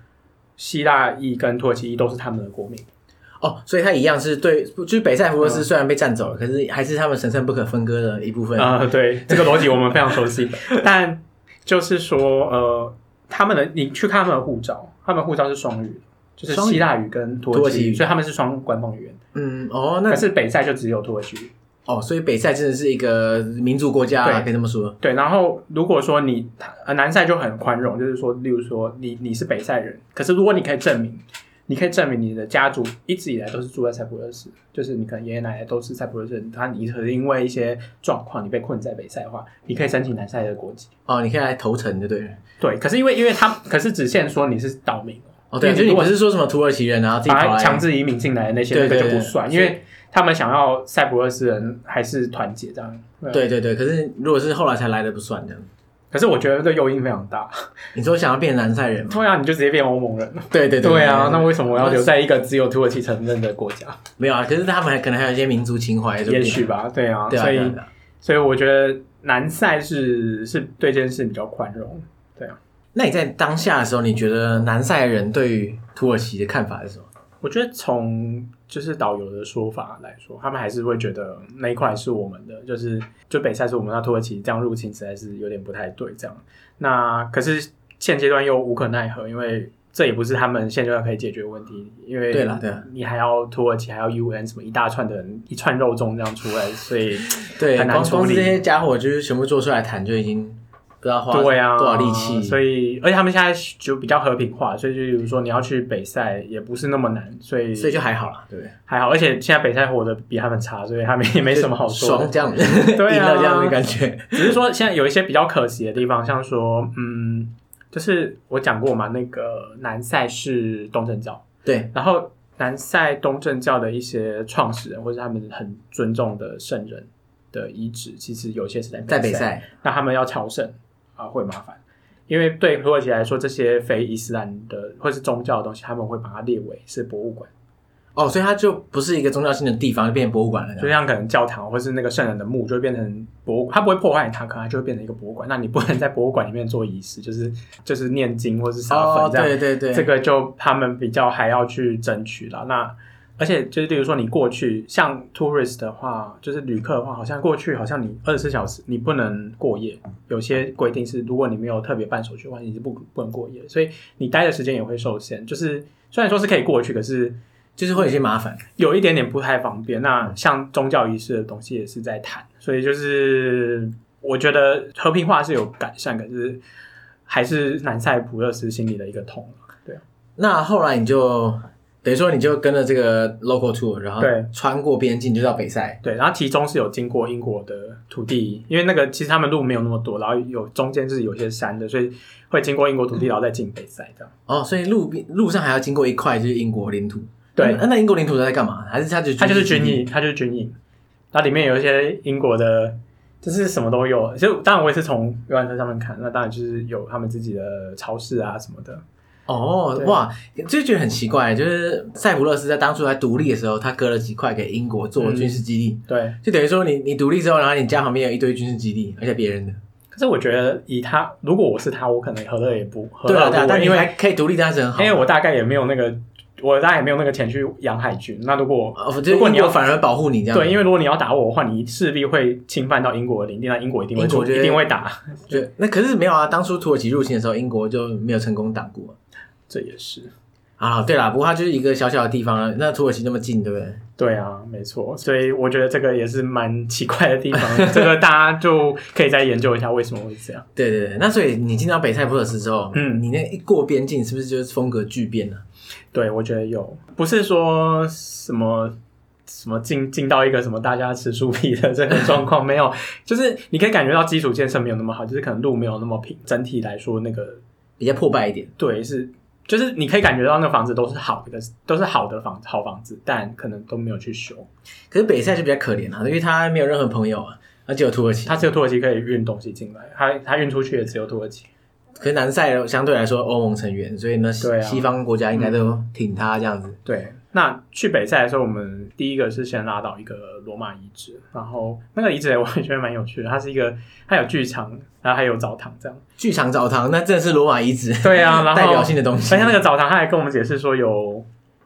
[SPEAKER 2] 希腊裔跟土耳其裔都是他们的国民。
[SPEAKER 1] 哦，所以它一样是对，就是北塞浦路
[SPEAKER 2] 嗯
[SPEAKER 1] 斯虽然被占走了，可是还是他们神圣不可分割的一部分。
[SPEAKER 2] 啊、对，这个逻辑我们非常熟悉。但就是说，呃，他们的你去看他们的护照，他们护照是双语的，就是
[SPEAKER 1] 双语
[SPEAKER 2] 希腊语跟土
[SPEAKER 1] 土
[SPEAKER 2] 耳
[SPEAKER 1] 耳其
[SPEAKER 2] 其
[SPEAKER 1] 语
[SPEAKER 2] 语，所以他们是双官方语言。
[SPEAKER 1] 嗯，哦，那
[SPEAKER 2] 可是北塞就只有土耳其语。
[SPEAKER 1] 哦，所以北塞真的是一个民族国家、啊，
[SPEAKER 2] 对
[SPEAKER 1] 可以这么说。
[SPEAKER 2] 对，然后如果说你呃南塞就很宽容，就是说，例如说你你是北塞人，可是如果你可以证明，你可以证明你的家族一直以来都是住在塞浦路斯，就是你可能爷爷奶奶都是塞浦路斯人，他你可是因为一些状况你被困在北塞的话，你可以申请南塞的国籍。
[SPEAKER 1] 哦，你可以来投诚就对了。
[SPEAKER 2] 对，可是因为因为他可是只限说你是岛民，
[SPEAKER 1] 哦，对啊，
[SPEAKER 2] 因为
[SPEAKER 1] 就是你
[SPEAKER 2] 如
[SPEAKER 1] 不
[SPEAKER 2] 果
[SPEAKER 1] 是说什么土耳其人啊，自己
[SPEAKER 2] 把
[SPEAKER 1] 跑
[SPEAKER 2] 他
[SPEAKER 1] 来
[SPEAKER 2] 强制移民进来的那些
[SPEAKER 1] 对
[SPEAKER 2] 那个
[SPEAKER 1] 对
[SPEAKER 2] 就不
[SPEAKER 1] 对
[SPEAKER 2] 算，
[SPEAKER 1] 所
[SPEAKER 2] 因
[SPEAKER 1] 以
[SPEAKER 2] 为他们想要塞浦路斯人还是团结这样。，啊
[SPEAKER 1] 对对对，可是如果是后来才来的不算这样。
[SPEAKER 2] 可是我觉得这诱因非常大，
[SPEAKER 1] 你说想要变南塞人吗？
[SPEAKER 2] 对啊，你就直接变欧盟人了。
[SPEAKER 1] 对对
[SPEAKER 2] 对啊，那为什么我要留在一个只有土耳其承认的国家？
[SPEAKER 1] 没有啊？可是他们还可能还有一些民族情怀，说不定
[SPEAKER 2] 也许吧，对啊，
[SPEAKER 1] 对啊，
[SPEAKER 2] 所
[SPEAKER 1] 对啊
[SPEAKER 2] 以
[SPEAKER 1] 对啊
[SPEAKER 2] 所以我觉得南塞是是对这件事比较宽容。
[SPEAKER 1] 那你在当下的时候，你觉得南塞人对于土耳其的看法是什么？
[SPEAKER 2] 我觉得从就是导游的说法来说，他们还是会觉得那一块是我们的，就是就北塞是我们那土耳其这样入侵实在是有点不太对这样。那可是现阶段又无可奈何，因为这也不是他们现阶段可以解决的问题，因为
[SPEAKER 1] 对啦啊对啦
[SPEAKER 2] 你还要土耳其，还要 UN 什么一大串的人一串肉粽这样出来，所以
[SPEAKER 1] 对，
[SPEAKER 2] 很难
[SPEAKER 1] 光
[SPEAKER 2] 处
[SPEAKER 1] 光是
[SPEAKER 2] 理
[SPEAKER 1] 这些家伙就是全部做出来谈就已经不知道 花
[SPEAKER 2] 对啊
[SPEAKER 1] 多少力气，
[SPEAKER 2] 所以而且他们现在就比较和平化，所以就比如说你要去北赛也不是那么难，所以
[SPEAKER 1] 所以就还好啦，对不对？
[SPEAKER 2] 还好，而且现在北赛活得比他们差，所以他们 也没什么好说的
[SPEAKER 1] 爽。这样，
[SPEAKER 2] 对
[SPEAKER 1] 赢
[SPEAKER 2] 啊
[SPEAKER 1] 了这样的感觉，
[SPEAKER 2] 只是说现在有一些比较可惜的地方，像说，嗯，就是我讲过嘛，那个南赛是东正教，
[SPEAKER 1] 对，
[SPEAKER 2] 然后南赛东正教的一些创始人或者他们很尊重的圣人的遗址，其实有些是在
[SPEAKER 1] 在
[SPEAKER 2] 北
[SPEAKER 1] 北，赛，
[SPEAKER 2] 那他们要朝圣啊，会麻烦。因为对土耳其来说，这些非伊斯兰的或是宗教的东西，他们会把它列为是博物馆，
[SPEAKER 1] 哦，所以它就不是一个宗教性的地方，就变成博物馆了这
[SPEAKER 2] 就
[SPEAKER 1] 样。
[SPEAKER 2] 像可能教堂或是那个圣人的墓，就会变成博物馆，它不会破坏它，可能它就会变成一个博物馆。那你不能在博物馆里面做仪式，就是就是念经或是撒
[SPEAKER 1] 哦
[SPEAKER 2] 粉，这样。
[SPEAKER 1] 对对对，
[SPEAKER 2] 这个就他们比较还要去争取了。那而且就是，例如说你过去像 tourist 的话，就是旅客的话，好像过去好像你二十四小时你不能过夜，有些规定是如果你没有特别办手续的话，你是不不能过夜，所以你待的时间也会受限。就是虽然说是可以过去，可是
[SPEAKER 1] 就是会有一些麻烦。
[SPEAKER 2] 有一点点不太方便。那像宗教仪式的东西也是在谈，所以就是我觉得和平化是有改善，可是还是南塞普勒斯心里的一个痛。啊
[SPEAKER 1] 那后来你就等于说你就跟着这个 local tour，然后
[SPEAKER 2] 对
[SPEAKER 1] 穿过边境就到北塞，
[SPEAKER 2] 对，然后其中是有经过英国的土地，因为那个其实他们路没有那么多，然后有中间是有些山的，所以会经过英国土地，然后再进北塞这样。
[SPEAKER 1] 哦，所以路边路上还要经过一块就是英国领土。
[SPEAKER 2] 对
[SPEAKER 1] 那那英国领土在干嘛？还是它就
[SPEAKER 2] 它就是军
[SPEAKER 1] 营？
[SPEAKER 2] 营，它就是军营，然后里面有一些英国的，就是什么都有。就当然我也是从游览车上面看，那当然就是有他们自己的超市啊什么的。
[SPEAKER 1] 哦，
[SPEAKER 2] 对
[SPEAKER 1] 哇，就觉得很奇怪，就是塞浦路斯在当初在独立的时候，他割了几块给英国做军事基地，
[SPEAKER 2] 对，
[SPEAKER 1] 就等于说你你独立之后，然后你家旁边有一堆军事基地，而且别人的，
[SPEAKER 2] 可是我觉得以他，如果我是他，我可能何乐也不何
[SPEAKER 1] 对
[SPEAKER 2] 乐
[SPEAKER 1] 啊
[SPEAKER 2] 而
[SPEAKER 1] 对啊，
[SPEAKER 2] 不
[SPEAKER 1] 但
[SPEAKER 2] 为，
[SPEAKER 1] 你
[SPEAKER 2] 因为
[SPEAKER 1] 还可以独立，但是很好。
[SPEAKER 2] 因为我大概也没有那个，我大概也没有那个钱去养海军。那如果
[SPEAKER 1] 哦，就是
[SPEAKER 2] 如果
[SPEAKER 1] 英
[SPEAKER 2] 你
[SPEAKER 1] 国
[SPEAKER 2] 要
[SPEAKER 1] 反而保护你这样，
[SPEAKER 2] 对，因为如果你要打我的话，你势必会侵犯到英国的领地，那英国一定会
[SPEAKER 1] 英国
[SPEAKER 2] 出
[SPEAKER 1] 就会
[SPEAKER 2] 一定会打。
[SPEAKER 1] 就那可是没有啊，当初土耳其入侵的时候，英国就没有成功挡过。
[SPEAKER 2] 这也是
[SPEAKER 1] 啊，对啦，不过它就是一个小小的地方啊，那土耳其那么近，对不对？
[SPEAKER 2] 对啊，没错。所以我觉得这个也是蛮奇怪的地方，这个大家就可以再研究一下为什么会这样。
[SPEAKER 1] 对对对，那所以你进到北塞浦路斯之后，
[SPEAKER 2] 嗯
[SPEAKER 1] 你那一过边境，是不是就是风格巨变啊了？
[SPEAKER 2] 对，我觉得有，不是说什么。什么进进到一个什么大家吃树皮的这个状况没有，就是你可以感觉到基础建设没有那么好，就是可能路没有那么平，整体来说那个
[SPEAKER 1] 比较破败一点，
[SPEAKER 2] 对，是就是你可以感觉到那房子都是好的，都是好的房好房子，但可能都没有去修。
[SPEAKER 1] 可是北塞就比较可怜啊，因为他没有任何朋友啊，而且有土耳其。
[SPEAKER 2] 它只有土耳其可以运东西进来，它它运出去也只有土耳其。
[SPEAKER 1] 可是南塞相对来说欧盟成员，所以呢，西
[SPEAKER 2] 对啊
[SPEAKER 1] 西方国家应该都挺他这样子。
[SPEAKER 2] 对，那去北塞的时候，我们第一个是先拉到一个罗马遗址，然后那个遗址我也觉得蛮有趣的，它是一个它有剧场，然后还有澡堂这样。
[SPEAKER 1] 剧场澡堂那真的是罗马遗址，
[SPEAKER 2] 对啊， 然后
[SPEAKER 1] 代表性的东西
[SPEAKER 2] 而且那个澡堂，他还跟我们解释说有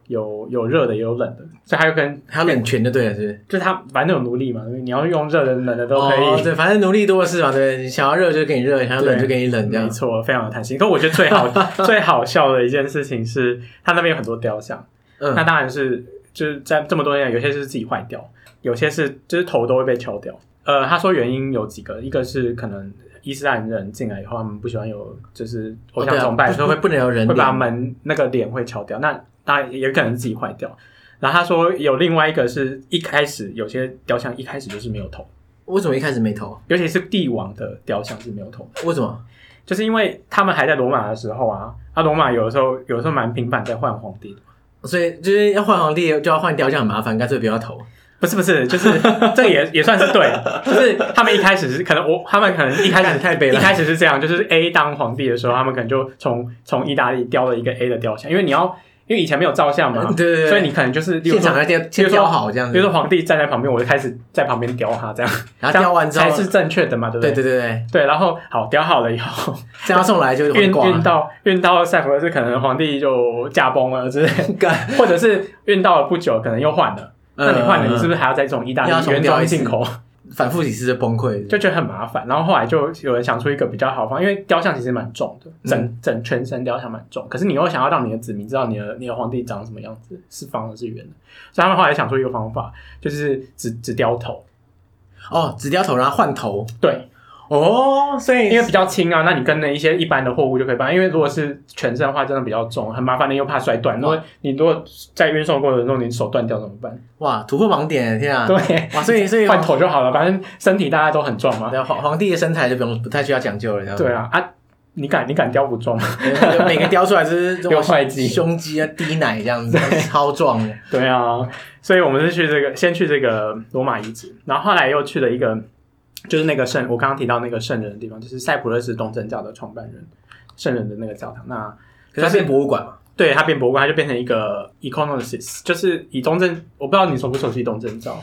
[SPEAKER 2] 有有热的也有冷的，所以还有跟
[SPEAKER 1] 还有冷泉就对了，是不是？
[SPEAKER 2] 就是他反正有奴隶嘛，你要用热的冷的都可以。
[SPEAKER 1] 哦，对，反正奴隶多的是嘛，对不对，你想要热就给你热，想要冷就给你冷，这
[SPEAKER 2] 没
[SPEAKER 1] 样。
[SPEAKER 2] 错，非常有弹性。可我觉得最 好最好笑的一件事情是，他那边有很多雕像。那
[SPEAKER 1] 嗯，
[SPEAKER 2] 当然是就是在这么多年来，有些是自己坏掉，有些是就是头都会被敲掉。呃，他说原因有几个，一个是可能伊斯兰人进来以后，他们不喜欢有就是偶像崇拜，所以
[SPEAKER 1] 哦啊
[SPEAKER 2] 会
[SPEAKER 1] 不不能有人
[SPEAKER 2] 会把
[SPEAKER 1] 脸
[SPEAKER 2] 门那个脸会敲掉。那当然也可能是自己坏掉。然后他说有另外一个是一开始有些雕像一开始就是没有头，
[SPEAKER 1] 为什么一开始没投？
[SPEAKER 2] 尤其是帝王的雕像是没有头的。
[SPEAKER 1] 为什么？
[SPEAKER 2] 就是因为他们还在罗马的时候啊，啊，罗马有的时候有的时候蛮频繁在换皇帝的，
[SPEAKER 1] 所以就是要换皇帝就要换雕像，很麻烦，干脆不要投。
[SPEAKER 2] 不是不是，就是 这个也也算是对，就是他们一开始是可能我他们可能一开
[SPEAKER 1] 干
[SPEAKER 2] 始
[SPEAKER 1] 太悲了
[SPEAKER 2] 一开始是这样，就是 A 当皇帝的时候，他们可能就从从意大利雕了一个 A 的雕像，因为你要因为以前没有照相嘛，
[SPEAKER 1] 嗯 对对对
[SPEAKER 2] 所以你可能就是例如
[SPEAKER 1] 现
[SPEAKER 2] 说
[SPEAKER 1] 场要雕
[SPEAKER 2] 比
[SPEAKER 1] 先
[SPEAKER 2] 如说
[SPEAKER 1] 雕好这样
[SPEAKER 2] 比
[SPEAKER 1] 子
[SPEAKER 2] 如，说皇帝站在旁边，我就开始在旁边雕啊他这样，
[SPEAKER 1] 然后雕完之后
[SPEAKER 2] 才，是正确的嘛，对不
[SPEAKER 1] 对
[SPEAKER 2] 对
[SPEAKER 1] 对对对，
[SPEAKER 2] 对，然后好雕好了以后，
[SPEAKER 1] 这样送来就会
[SPEAKER 2] 运
[SPEAKER 1] 挂
[SPEAKER 2] 运到运到塞浦路斯，可能皇帝就驾崩了之类的，
[SPEAKER 1] 干，
[SPEAKER 2] 或者是运到了不久，可能又换了。那你换了，你是不
[SPEAKER 1] 是？
[SPEAKER 2] 是还要再从意大利
[SPEAKER 1] 要重
[SPEAKER 2] 原
[SPEAKER 1] 雕
[SPEAKER 2] 装
[SPEAKER 1] 一次
[SPEAKER 2] 进口？
[SPEAKER 1] 反复几次就崩溃了。
[SPEAKER 2] 就觉得很麻烦。然后后来就有人想出一个比较好的方，因为雕像其实蛮重的，整、整全身雕像蛮重，可是你又想要让你的子民知道你的你的皇帝长什么样子，是方的是圆的，所以他们后来想出一个方法，就是只只雕头，
[SPEAKER 1] 哦，只雕头然后换头
[SPEAKER 2] 对，
[SPEAKER 1] 哦，所以
[SPEAKER 2] 因为比较轻啊，那你跟那一些一般的货物就可以搬，因为如果是全身的话，真的比较重，很麻烦，你又怕摔断。如果你如果在运送过程中你手断掉怎么办？
[SPEAKER 1] 哇突破盲点，天啊！
[SPEAKER 2] 对，
[SPEAKER 1] 哇，所以所以
[SPEAKER 2] 换头就好了，反正身体大家都很重嘛。
[SPEAKER 1] 对皇皇帝的身材就不用不太需要讲究了，这样
[SPEAKER 2] 对啊，啊，你敢你敢雕不重吗？
[SPEAKER 1] 对，就每个雕出来就是这
[SPEAKER 2] 六
[SPEAKER 1] 种
[SPEAKER 2] 块肌
[SPEAKER 1] 胸肌啊、低奶这样子，超壮的。
[SPEAKER 2] 对啊，所以我们是去这个，先去这个罗马遗址，然后后来又去了一个，就是那个圣，我刚刚提到那个圣人的地方，就是塞浦路斯东正教的创办人圣人的那个教堂。那
[SPEAKER 1] 可是它变博物馆嘛？
[SPEAKER 2] 对它变博物馆，它就变成一个 economist，就是以东正，我不知道你熟不熟悉东正教，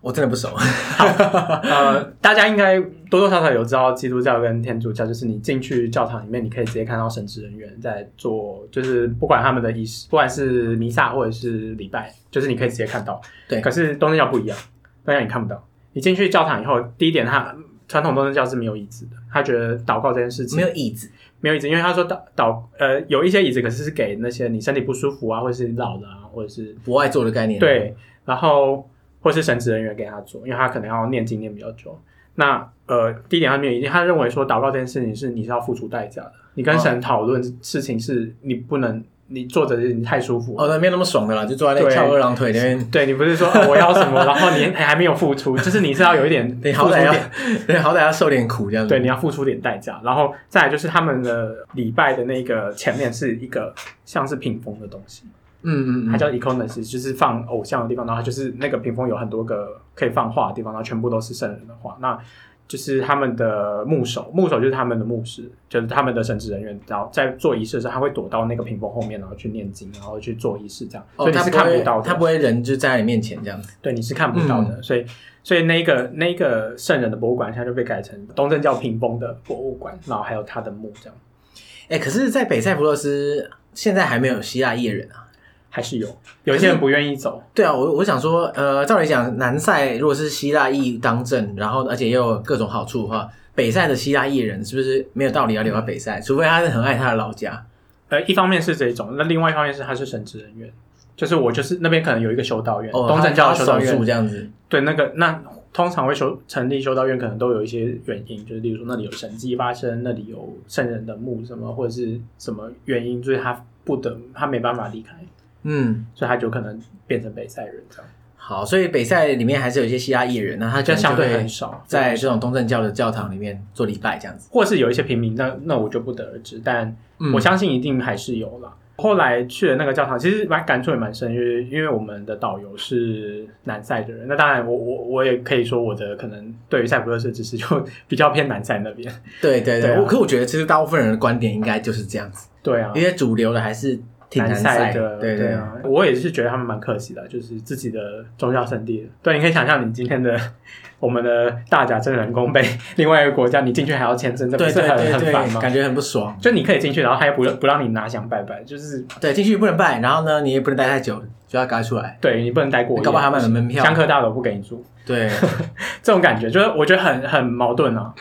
[SPEAKER 1] 我真的不熟。
[SPEAKER 2] 呃，大家应该多多少少有知道基督教跟天主教，就是你进去教堂里面，你可以直接看到神职人员在做，就是不管他们的仪式，不管是弥撒或者是礼拜，就是你可以直接看到。
[SPEAKER 1] 对
[SPEAKER 2] 可是东正教不一样，东正教你看不到。你进去教堂以后，第一点他，传统东正教是没有椅子的，他觉得祷告这件事情
[SPEAKER 1] 没有椅子，
[SPEAKER 2] 没有椅子，因为他说祷祷呃有一些椅子，可是是给那些你身体不舒服啊，或者是老的啊，或者是
[SPEAKER 1] 不爱做的概念。，
[SPEAKER 2] 对，然后或是神职人员给他做，因为他可能要念经念比较久。那呃，第一点他没有一定，他认为说祷告这件事情是你是要付出代价的，你跟神讨论事情是你不能，你坐着你太舒服了。
[SPEAKER 1] 哦，那没有那么爽的啦，就坐在那
[SPEAKER 2] 对
[SPEAKER 1] 翘二郎腿那 边。
[SPEAKER 2] 对你 不是说、呃我要什么，然后你还还没有付出，就是你是要有一点
[SPEAKER 1] 你
[SPEAKER 2] 付
[SPEAKER 1] 好
[SPEAKER 2] 出
[SPEAKER 1] 歹要
[SPEAKER 2] 点，
[SPEAKER 1] 对，好歹要受点苦这样子。
[SPEAKER 2] 对，你要付出点代价。然后再来就是他们的礼拜的那个前面是一个像是屏风的东西，
[SPEAKER 1] 嗯嗯
[SPEAKER 2] 它
[SPEAKER 1] 嗯，
[SPEAKER 2] 叫 iconos，就是放偶像的地方，然后它就是那个屏风有很多个可以放画的地方，然后全部都是圣人的画。那就是他们的牧首，牧首就是他们的牧师，就是他们的神职人员，然后在做仪式的时候，他会躲到那个屏风后面，然后去念经，然后去做仪式，这样，所
[SPEAKER 1] 哦，
[SPEAKER 2] 以你
[SPEAKER 1] 他
[SPEAKER 2] 是
[SPEAKER 1] 不
[SPEAKER 2] 看
[SPEAKER 1] 会，
[SPEAKER 2] 到的，
[SPEAKER 1] 他不会嗯人就站在你面前这样子。
[SPEAKER 2] 对，你是看不到的，所以。所以那个那个圣人的博物馆现在就被改成东正教屏风的博物馆，然后还有他的墓，这样
[SPEAKER 1] 哎，可是，在北塞浦路斯现在还没有希腊艺人啊。
[SPEAKER 2] 还是有有一些人不愿意走，
[SPEAKER 1] 对啊，我我想说，呃，照理讲，南塞如果是希腊裔当政，然后而且又有各种好处的话，北塞的希腊艺人是不是没有道理要留在北
[SPEAKER 2] 嗯
[SPEAKER 1] 塞？除非他是很爱他的老家。
[SPEAKER 2] 呃，一方面是这一种，那另外一方面是他是神职人员，就是我就是那边可能有一个修道院，
[SPEAKER 1] 哦，
[SPEAKER 2] 东
[SPEAKER 1] 他
[SPEAKER 2] 正教
[SPEAKER 1] 他
[SPEAKER 2] 的修道
[SPEAKER 1] 手术
[SPEAKER 2] 院，
[SPEAKER 1] 这样子。
[SPEAKER 2] 对，那个那通常会修成立修道院，可能都有一些原因，就是例如说那里有神迹发生，那里有圣人的墓什么，或者是什么原因，就是他不得他没办法离开，
[SPEAKER 1] 嗯，
[SPEAKER 2] 所以他就可能变成北塞人这样，
[SPEAKER 1] 好，所以北塞里面还是有一些希腊艺人，那他可
[SPEAKER 2] 就
[SPEAKER 1] 能
[SPEAKER 2] 相对
[SPEAKER 1] 会
[SPEAKER 2] 很少，
[SPEAKER 1] 在
[SPEAKER 2] 对
[SPEAKER 1] 这种东正教的教堂里面做礼拜这样子。
[SPEAKER 2] 或是有一些平民，那那我就不得而知，但
[SPEAKER 1] 嗯
[SPEAKER 2] 我相信一定还是有啦。后来去了那个教堂，其实蛮感触也蛮深，因为因为我们的导游是南塞的人，那当然我我我也可以说我的可能对于塞浦路斯知识就比较偏南塞那边。
[SPEAKER 1] 对对
[SPEAKER 2] 对
[SPEAKER 1] 对，
[SPEAKER 2] 啊
[SPEAKER 1] 我可我觉得其实大部分人的观点应该就是这样子，
[SPEAKER 2] 对啊，
[SPEAKER 1] 因为主流的还是挺难
[SPEAKER 2] 塞
[SPEAKER 1] 塞
[SPEAKER 2] 的，
[SPEAKER 1] 对
[SPEAKER 2] 对
[SPEAKER 1] 对。
[SPEAKER 2] 啊，我也是觉得他们蛮可惜的，就是自己的宗教圣地。对，你可以想象你今天的 我们的大甲镇人宫被 另外一个国家，你进去还要签证，这不
[SPEAKER 1] 对
[SPEAKER 2] 是
[SPEAKER 1] 对
[SPEAKER 2] 很
[SPEAKER 1] 对
[SPEAKER 2] 很烦
[SPEAKER 1] 对，
[SPEAKER 2] 吗？
[SPEAKER 1] 感觉很不爽。
[SPEAKER 2] 就你可以进去，然后他也不不让你拿香拜拜，就是
[SPEAKER 1] 对，进去不能拜，然后呢，你也不能待太久，就要赶快出来。
[SPEAKER 2] 对你不能待过夜，
[SPEAKER 1] 搞不好还买了门票
[SPEAKER 2] 香客大楼不给你住，
[SPEAKER 1] 对，
[SPEAKER 2] 这种感觉就是我觉得很很矛盾啊。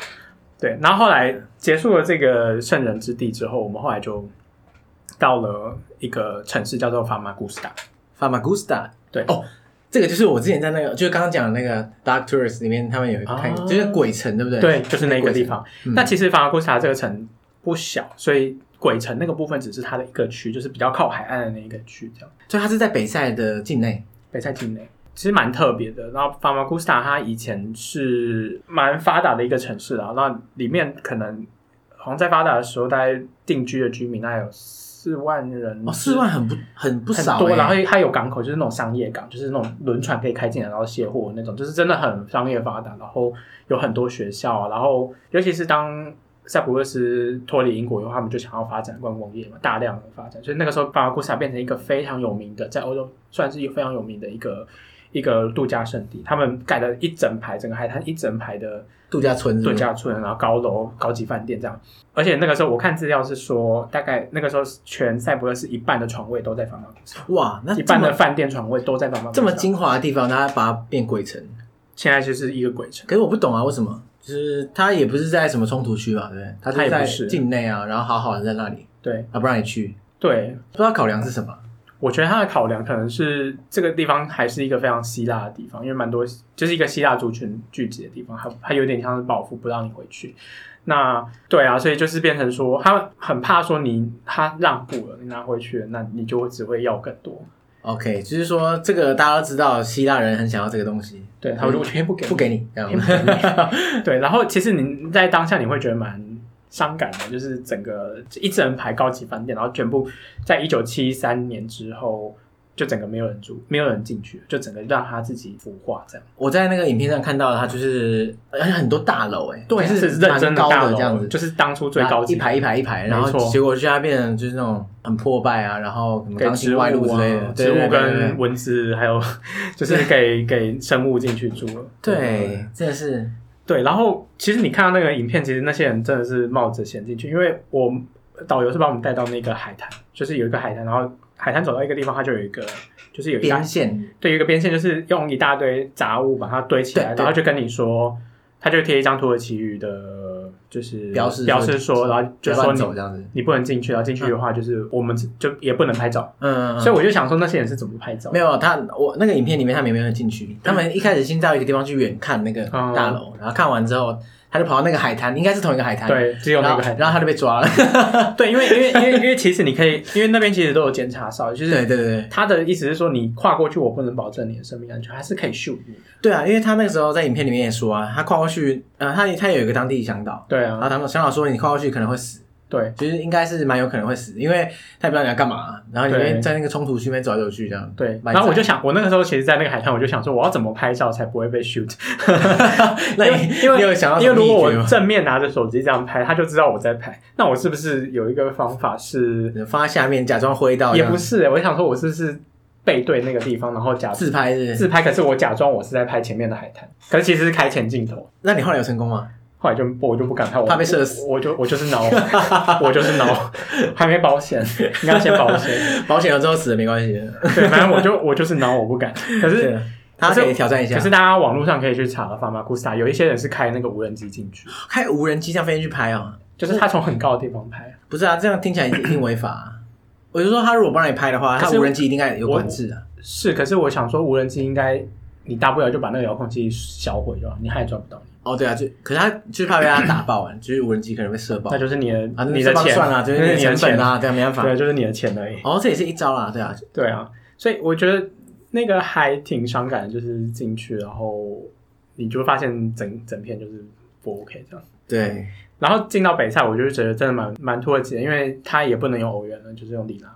[SPEAKER 2] 对，然后后来结束了这个圣人之地之后，我们后来就到了一个城市叫做法马古斯达。
[SPEAKER 1] 法玛古斯塔，
[SPEAKER 2] 对
[SPEAKER 1] 哦，这个就是我之前在那个，就是刚刚讲的那个 Dark Tourist 里面，他们有
[SPEAKER 2] 啊
[SPEAKER 1] 看，就是鬼城，对不对？
[SPEAKER 2] 对，就是那个地
[SPEAKER 1] 鬼城。
[SPEAKER 2] 方。
[SPEAKER 1] 嗯
[SPEAKER 2] 那其实法马古斯塔这个城不小，所以鬼城那个部分只是它的一个区，就是比较靠海岸的那一个区，这样
[SPEAKER 1] 所以它是在北塞的境内。
[SPEAKER 2] 北塞境内。其实蛮特别的，然后法马古斯塔它以前是蛮发达的一个城市啊，那里面可能好像在发达的时候，大概定居的居民大概有四万人，
[SPEAKER 1] 哦，四万很不很不
[SPEAKER 2] 嗯很
[SPEAKER 1] 少、欸，
[SPEAKER 2] 多，然后它有港口，就是那种商业港，就是那种轮船可以开进来，然后卸货那种，就是真的很商业发达。然后有很多学校啊，然后尤其是当塞浦路斯脱离英国以后，他们就想要发展观光业嘛，大量的发展，所以那个时候巴拉库萨变成一个非常有名的，在欧洲算是一个非常有名的一个一个度假胜地。他们盖了一整排整个海滩一整排的
[SPEAKER 1] 度假村是不
[SPEAKER 2] 度
[SPEAKER 1] 是，
[SPEAKER 2] 假村，然后高楼、高级饭店这样。而且那个时候我看资料是说，大概那个时候全塞浦路斯一半的床位都在法马库萨。
[SPEAKER 1] 哇，那
[SPEAKER 2] 一
[SPEAKER 1] 这
[SPEAKER 2] 半的
[SPEAKER 1] 啊么
[SPEAKER 2] 饭店床位都在妈妈
[SPEAKER 1] 这么精华的地方，它把它变鬼城，
[SPEAKER 2] 现在就是一个鬼城，
[SPEAKER 1] 可是我不懂啊，为什么？就是他也不是在什么冲突区嘛，对不对？他
[SPEAKER 2] 他
[SPEAKER 1] 就
[SPEAKER 2] 也不
[SPEAKER 1] 在
[SPEAKER 2] 是
[SPEAKER 1] 境内啊，然后好好的在那里，
[SPEAKER 2] 对
[SPEAKER 1] 啊，不让你去，
[SPEAKER 2] 对，
[SPEAKER 1] 不知道考量是什么。
[SPEAKER 2] 我觉得他的考量可能是这个地方还是一个非常希腊的地方，因为蛮多就是一个希腊族群聚集的地方，它它有点像是报复，不让你回去。那对啊，所以就是变成说，他很怕说你他让步了，你拿回去了，那你就会只会要更多。
[SPEAKER 1] OK，就是说这个大家都知道，希腊人很想要这个东西，
[SPEAKER 2] 对，他们就偏嗯不给，
[SPEAKER 1] 不给你，这
[SPEAKER 2] 偏不
[SPEAKER 1] 样
[SPEAKER 2] 给你。 对，然后其实你在当下你会觉得蛮伤感的，就是整个一整排高级饭店，然后全部在一九七三年之后。就整个没有人住，没有人进去，就整个让他自己腐化这样。
[SPEAKER 1] 我在那个影片上看到，它就是而且很多大楼，哎，
[SPEAKER 2] 对，
[SPEAKER 1] 就是
[SPEAKER 2] 认真
[SPEAKER 1] 蛮高
[SPEAKER 2] 大楼，
[SPEAKER 1] 这样子，
[SPEAKER 2] 就是当初最高级
[SPEAKER 1] 一排一排一排，然
[SPEAKER 2] 没错
[SPEAKER 1] 后结果就它变成就是那种很破败啊，然后什么
[SPEAKER 2] 给
[SPEAKER 1] 钢
[SPEAKER 2] 植
[SPEAKER 1] 筋
[SPEAKER 2] 物啊
[SPEAKER 1] 外露之类的，
[SPEAKER 2] 植
[SPEAKER 1] 对
[SPEAKER 2] 物
[SPEAKER 1] 对对对
[SPEAKER 2] 跟蚊子，还有 就是给给生物进去住了。
[SPEAKER 1] 对，真的是
[SPEAKER 2] 对，然后其实你看到那个影片，其实那些人真的是冒着险进去，因为我导游是把我们带到那个海滩，就是有一个海滩，然后海滩走到一个地方，它就有一个就是有一大
[SPEAKER 1] 边线，
[SPEAKER 2] 对，有一个边线就是用一大堆杂物把它堆起来，
[SPEAKER 1] 对对
[SPEAKER 2] 然后就跟你说，他就贴一张土耳其语的，就是
[SPEAKER 1] 标示
[SPEAKER 2] 标示说，然后就
[SPEAKER 1] 不要
[SPEAKER 2] 说
[SPEAKER 1] 乱走
[SPEAKER 2] 你
[SPEAKER 1] 这样子，
[SPEAKER 2] 你不能进去，然后进去的话就是我们就也不能拍照，
[SPEAKER 1] 嗯，嗯嗯
[SPEAKER 2] 所以我就想说那些人是怎么拍照？
[SPEAKER 1] 没有他，我那个影片里面他们也没有进去，他们一开始先到一个地方去远看那个大楼，然后看完之后，他哦就跑到那个海滩，应该是同一个海滩，，
[SPEAKER 2] 对，只有
[SPEAKER 1] 然
[SPEAKER 2] 那
[SPEAKER 1] 后
[SPEAKER 2] 个海
[SPEAKER 1] 然后他就被抓了，
[SPEAKER 2] 对，因为因为因为因为其实你可以，因为那边其实都有检查哨，就
[SPEAKER 1] 对
[SPEAKER 2] 是
[SPEAKER 1] 对对对，
[SPEAKER 2] 他的意思是说，你跨过去，我不能保证你的生命安全，还是可以 shoot 你。
[SPEAKER 1] 对啊，因为他那个时候在影片里面也说啊，他跨过去，呃，他他有一个当地向导，
[SPEAKER 2] 对
[SPEAKER 1] 然
[SPEAKER 2] 啊
[SPEAKER 1] 后，当向导说你跨过去可能会死，
[SPEAKER 2] 对
[SPEAKER 1] 其实应该是蛮有可能会死，因为他也不知道你要干嘛，然后你
[SPEAKER 2] 对
[SPEAKER 1] 会在那个冲突区那边走来走去这 样，
[SPEAKER 2] 对。
[SPEAKER 1] 蛮
[SPEAKER 2] 然后我
[SPEAKER 1] 惨
[SPEAKER 2] 就想，我那个时候其实，在那个海滩，我就想说，我要怎么拍照才不会被 shoot？
[SPEAKER 1] 那你
[SPEAKER 2] 因 为
[SPEAKER 1] 你有想要
[SPEAKER 2] 因
[SPEAKER 1] 什么
[SPEAKER 2] 为如果
[SPEAKER 1] 秘诀
[SPEAKER 2] 我
[SPEAKER 1] 吗
[SPEAKER 2] 正面拿着手机这样拍，他就知道我在拍。那我是不是有一个方法是？
[SPEAKER 1] 放在下面假装挥到这
[SPEAKER 2] 也
[SPEAKER 1] 样，
[SPEAKER 2] 不是、我想说，我是不是背对那个地方，然后假
[SPEAKER 1] 自拍是不是，
[SPEAKER 2] 自拍？可是我假装我是在拍前面的海滩，可是其实是开前镜头。
[SPEAKER 1] 那你后来有成功吗？
[SPEAKER 2] 后来就我就不敢拍，我
[SPEAKER 1] 怕被射死
[SPEAKER 2] 我我就我就是挠， 我就是挠，还没保险，应该先保险。
[SPEAKER 1] 保险了之后死了没关系，
[SPEAKER 2] 对，反正我就我就是挠，我不敢。可
[SPEAKER 1] 对
[SPEAKER 2] 是
[SPEAKER 1] 啊，他
[SPEAKER 2] 可是
[SPEAKER 1] 可以挑战一下
[SPEAKER 2] 可。是大家网络上可以去查了，法马库斯塔有一些人是开那个无人机进去，
[SPEAKER 1] 开无人机这样飞进去拍啊？
[SPEAKER 2] 就是他从很高的地方拍。
[SPEAKER 1] 不是啊，这样听起来一定违法、啊。我就说，他如果帮你拍的话，
[SPEAKER 2] 可
[SPEAKER 1] 他
[SPEAKER 2] 是
[SPEAKER 1] 无人机一定该有管制啊。
[SPEAKER 2] 是，可是我想说无人机应该你大不了就把那个遥控器销毁就好，你他也抓不到你，
[SPEAKER 1] 哦，对啊，就可是他就是怕被他打爆啊， 就是无人机可能被射爆
[SPEAKER 2] 那就是你的
[SPEAKER 1] 啊，
[SPEAKER 2] 你
[SPEAKER 1] 射
[SPEAKER 2] 的
[SPEAKER 1] 爆就
[SPEAKER 2] 钱
[SPEAKER 1] 算了，就
[SPEAKER 2] 就是是
[SPEAKER 1] 你
[SPEAKER 2] 你
[SPEAKER 1] 的
[SPEAKER 2] 的
[SPEAKER 1] 成本
[SPEAKER 2] 钱，
[SPEAKER 1] 啊，对啊，没办法。
[SPEAKER 2] 对，就是你的钱而已。
[SPEAKER 1] 哦，这也是一招啦，对啊，
[SPEAKER 2] 对啊，所以我觉得那个还挺伤感的，就是进去然后你就会发现整整片就是不 OK 这样。
[SPEAKER 1] 对，
[SPEAKER 2] 然后进到北塞，我就是觉得真的蛮蛮土耳其的，因为它也不能用欧元了，就是用里拉。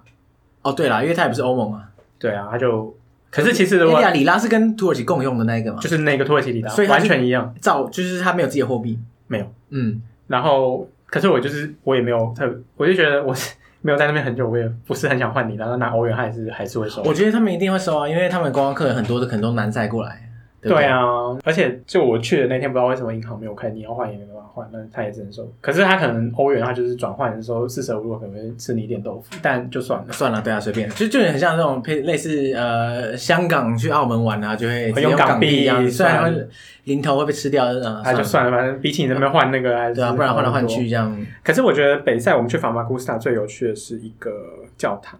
[SPEAKER 1] 哦对啦，因为他也不是欧盟嘛。
[SPEAKER 2] 对啊，它就可是其实
[SPEAKER 1] 利
[SPEAKER 2] 如果
[SPEAKER 1] 亚里拉是跟土耳其共用的那一个嘛
[SPEAKER 2] 就，是那个土耳其里拉，
[SPEAKER 1] 哎所以它
[SPEAKER 2] 完
[SPEAKER 1] 是
[SPEAKER 2] 全一样
[SPEAKER 1] 造就是他没有自己的货币。
[SPEAKER 2] 没有。
[SPEAKER 1] 嗯，
[SPEAKER 2] 然后可是我就是我也没有特，我就觉得我是没有在那边很久，我也不是很想换里拉，那拿欧元还是还是会收。
[SPEAKER 1] 我觉得他们一定会收啊，因为他们观光客很多都可能都南塞过来。对不
[SPEAKER 2] 对
[SPEAKER 1] 对，
[SPEAKER 2] 啊，而且就我去的那天，不知道为什么银行没有开，你要换也没办法换，那他也只能收。可是他可能欧元，他就是转换的时候四舍五入可能会吃你一点豆腐，但就算了。
[SPEAKER 1] 算了，对啊，随便，就就很像那种配类似呃香港去澳门玩啊，就会直接
[SPEAKER 2] 用港
[SPEAKER 1] 港
[SPEAKER 2] 币
[SPEAKER 1] 一样，虽然
[SPEAKER 2] 算
[SPEAKER 1] 会零头会被吃掉，嗯，
[SPEAKER 2] 啊，就算了，反正比起你那边换那个，还是
[SPEAKER 1] 对啊，不然换来
[SPEAKER 2] 好很
[SPEAKER 1] 换
[SPEAKER 2] 多
[SPEAKER 1] 去。这样。
[SPEAKER 2] 可是我觉得北塞我们去法马古斯塔最有趣的是一个教堂，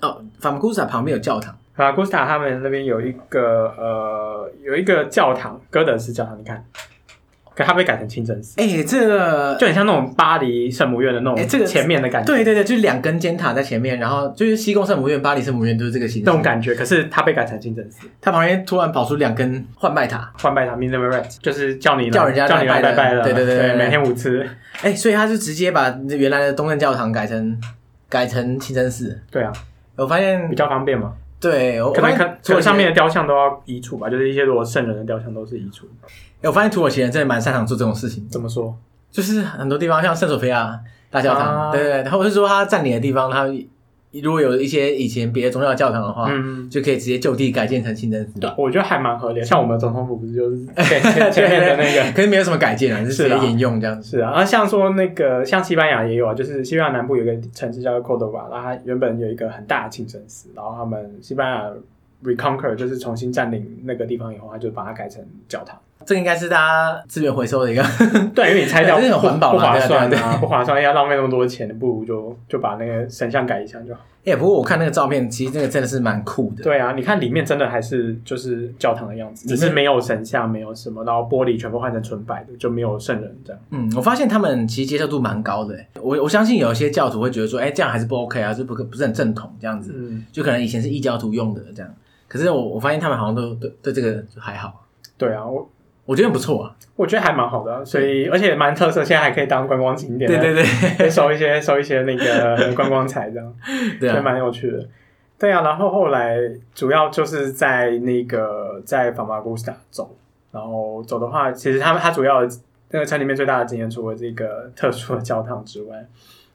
[SPEAKER 1] 哦，法姆库萨旁边有教堂，
[SPEAKER 2] 法马古斯塔他们那边有一个呃有一个教堂，哥德式教堂，你看，可它被改成清真寺，
[SPEAKER 1] 哎、这个
[SPEAKER 2] 就很像那种巴黎圣母院的那
[SPEAKER 1] 哎
[SPEAKER 2] 种
[SPEAKER 1] 这个
[SPEAKER 2] 前面的感觉，
[SPEAKER 1] 对对对，就是两根尖塔在前面，然后就是西贡圣母院、巴黎圣母院都是这个形式。
[SPEAKER 2] 那种感觉。可是它被改成清真寺。
[SPEAKER 1] 它旁边突然跑出两根换拜塔，
[SPEAKER 2] 换拜堂 m i n i m a r a t 就是叫你来
[SPEAKER 1] 叫人家
[SPEAKER 2] 叫你来
[SPEAKER 1] 来拜
[SPEAKER 2] 拜拜了，
[SPEAKER 1] 对对对对对
[SPEAKER 2] 每天五次，
[SPEAKER 1] 哎、所以他是直接把原来的东正教堂改成改成清真寺。
[SPEAKER 2] 对啊，
[SPEAKER 1] 我发
[SPEAKER 2] 比
[SPEAKER 1] 现，
[SPEAKER 2] 较方便嘛。
[SPEAKER 1] 对我我
[SPEAKER 2] 可
[SPEAKER 1] 发
[SPEAKER 2] 能
[SPEAKER 1] 现
[SPEAKER 2] 可
[SPEAKER 1] 土
[SPEAKER 2] 所
[SPEAKER 1] 耳
[SPEAKER 2] 有
[SPEAKER 1] 其
[SPEAKER 2] 上面的雕像都要移除吧，就是一些如果圣人的雕像都是移除。
[SPEAKER 1] 哎我发现土耳其人真的蛮擅长做这种事情。
[SPEAKER 2] 怎么说？
[SPEAKER 1] 就是很多地方，像圣索菲亚大教堂，
[SPEAKER 2] 啊
[SPEAKER 1] 对对对，或者是说他占领的地方，他如果有一些以前别的宗教教堂的话，
[SPEAKER 2] 嗯，
[SPEAKER 1] 就可以直接就地改建成清真寺。
[SPEAKER 2] 我觉得还蛮合理的。像我们总统府不是 就是前 前前面的那个。
[SPEAKER 1] 可是没有什么改建啊，就是直
[SPEAKER 2] 是
[SPEAKER 1] 接
[SPEAKER 2] 啊
[SPEAKER 1] 沿用这样子。
[SPEAKER 2] 是啊，然后像说那个，像西班牙也有啊，就是西班牙南部有一个城市叫做 Cordoba，然后它原本有一个很大的清真寺，然后他们西班牙 reconquer 就是重新占领那个地方以后，他就把它改成教堂。
[SPEAKER 1] 这个应该是大家资源回收的一个
[SPEAKER 2] 对，因为你拆掉
[SPEAKER 1] 对这
[SPEAKER 2] 不
[SPEAKER 1] 很环保
[SPEAKER 2] 不
[SPEAKER 1] 啦
[SPEAKER 2] 划
[SPEAKER 1] 对啊
[SPEAKER 2] 算
[SPEAKER 1] 对啊对啊
[SPEAKER 2] 不划算，要浪费那么多钱，不如就就把那个神像改一下就好。
[SPEAKER 1] 哎、不过我看那个照片，其实那个真的是蛮酷的。
[SPEAKER 2] 对啊，你看里面真的还是就是教堂的样子，只是没有神像，没有什么，然后玻璃全部换成纯白的，就没有圣人这样。
[SPEAKER 1] 嗯，我发现他们其实接受度蛮高的欸。我我相信有一些教徒会觉得说，哎、这样还是不 OK 啊，就不不是很正统这样子，
[SPEAKER 2] 嗯，
[SPEAKER 1] 就可能以前是异教徒用的这样。可是我我发现他们好像都对对这个就还好，
[SPEAKER 2] 对啊，我
[SPEAKER 1] 我觉得很不错啊。
[SPEAKER 2] 我觉得还蛮好的啊，所以而且蛮特色，现在还可以当观光景点，啊
[SPEAKER 1] 对对
[SPEAKER 2] 可以
[SPEAKER 1] 对，
[SPEAKER 2] 收一些 收一些那个观光财这样。
[SPEAKER 1] 对
[SPEAKER 2] 所以
[SPEAKER 1] 啊，
[SPEAKER 2] 蛮有趣的。对啊，然后后来主要就是在那个在法马古斯塔走，然后走的话，其实他他主要那个城里面最大的景点，除了这个特殊的教堂之外，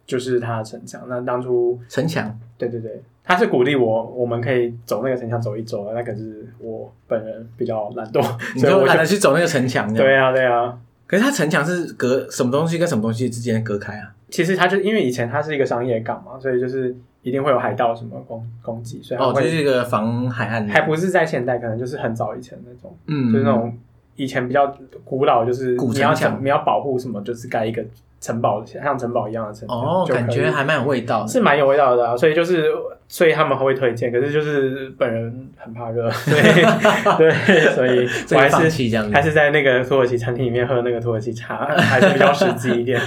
[SPEAKER 2] 就是它的城墙。那当初
[SPEAKER 1] 城墙
[SPEAKER 2] 对对对，他是鼓励我我们可以走那个城墙走一走啊的，那可是我本人比较懒惰，
[SPEAKER 1] 你
[SPEAKER 2] 所以
[SPEAKER 1] 就
[SPEAKER 2] 我
[SPEAKER 1] 懒
[SPEAKER 2] 就
[SPEAKER 1] 得去走那个城墙，
[SPEAKER 2] 对。啊对啊。
[SPEAKER 1] 可是它城墙是隔什么东西跟什么东西之间隔开啊？
[SPEAKER 2] 其实它就因为以前它是一个商业港嘛，所以就是一定会有海盗什么攻攻击，所以它
[SPEAKER 1] 哦，
[SPEAKER 2] 啊会
[SPEAKER 1] 就是一个防海岸的，
[SPEAKER 2] 还不是在现代，可能就是很早以前那种，
[SPEAKER 1] 嗯，
[SPEAKER 2] 就是那种以前比较古老，就是
[SPEAKER 1] 古
[SPEAKER 2] 你要
[SPEAKER 1] 城墙
[SPEAKER 2] 怎你要保护什么，就是盖一个城堡，像城堡一样的城墙，
[SPEAKER 1] 哦，
[SPEAKER 2] 就可以
[SPEAKER 1] 感觉还蛮有味道 的。
[SPEAKER 2] 是蛮有味道的、啊，所以就是所以他们会推荐，可是就是本人很怕热，所以 对，所以
[SPEAKER 1] 这个
[SPEAKER 2] 我还
[SPEAKER 1] 放
[SPEAKER 2] 是。
[SPEAKER 1] 弃这样子，
[SPEAKER 2] 还是在那个土耳其餐厅里面喝那个土耳其茶， 还是比较实际一点。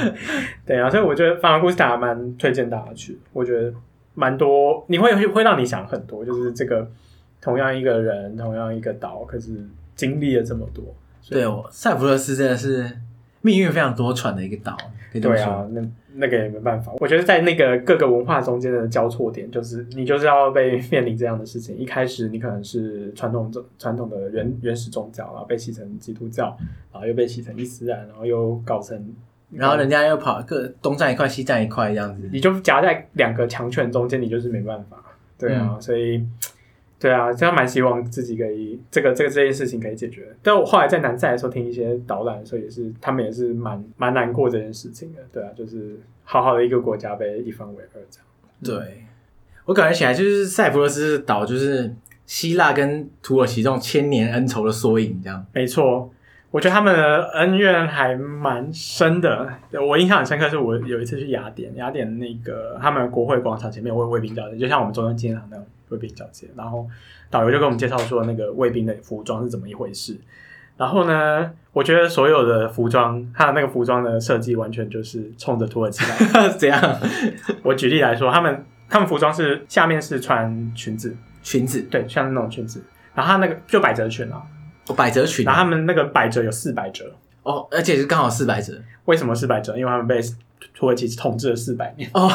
[SPEAKER 2] 对啊，所以我觉得法兰古斯塔蛮推荐大家去，我觉得蛮多，你会会让你想很多，就是这个同样一个人，同样一个岛，可是经历了这么多。所以
[SPEAKER 1] 对，我塞浦路斯真的是命运非常多舛的一个岛，可以这么
[SPEAKER 2] 对
[SPEAKER 1] 说。
[SPEAKER 2] 啊，那那个也没办法。我觉得在那个各个文化中间的交错点，就是你就是要被 面临这样的事情。一开始你可能是传统宗传统的原原始宗教，然后被洗成基督教，然后又被洗成伊斯兰，然后又搞成，
[SPEAKER 1] 然后人家又跑各东站一块，西站一块这样子。
[SPEAKER 2] 你就夹在两个强权中间，你就是没办法。对啊，所以。对啊，这样蛮希望自己可以这个这个这件事情可以解决。但我后来在南赛的时候听一些导览的时候，也是他们也是蛮蛮难过这件事情的。对啊，就是好好的一个国家被一方为二这样。
[SPEAKER 1] 对，我感觉起来就是塞浦路斯岛，就是希腊跟土耳其这种千年恩仇的缩影，这样。
[SPEAKER 2] 没错，我觉得他们的恩怨还蛮深的。我印象很深刻，是我有一次去雅典，雅典那个他们国会广场前面有卫卫兵交接，就像我们中央纪念堂那种卫兵交接。然后导游就跟我们介绍说，那个卫兵的服装是怎么一回事。然后呢，我觉得所有的服装，它的那个服装的设计完全就是冲着土耳其来的。
[SPEAKER 1] 怎样？
[SPEAKER 2] 我举例来说，他们他们服装是下面是穿裙子，
[SPEAKER 1] 裙子，
[SPEAKER 2] 对，像那种裙子，然后他那个就百褶裙啊，
[SPEAKER 1] 哦百褶裙
[SPEAKER 2] 然。后他们那个百褶有四百褶，
[SPEAKER 1] 哦，而且是刚好四百折。
[SPEAKER 2] 为什么四百折？因为他们被土耳其统治了四百年。
[SPEAKER 1] 哦，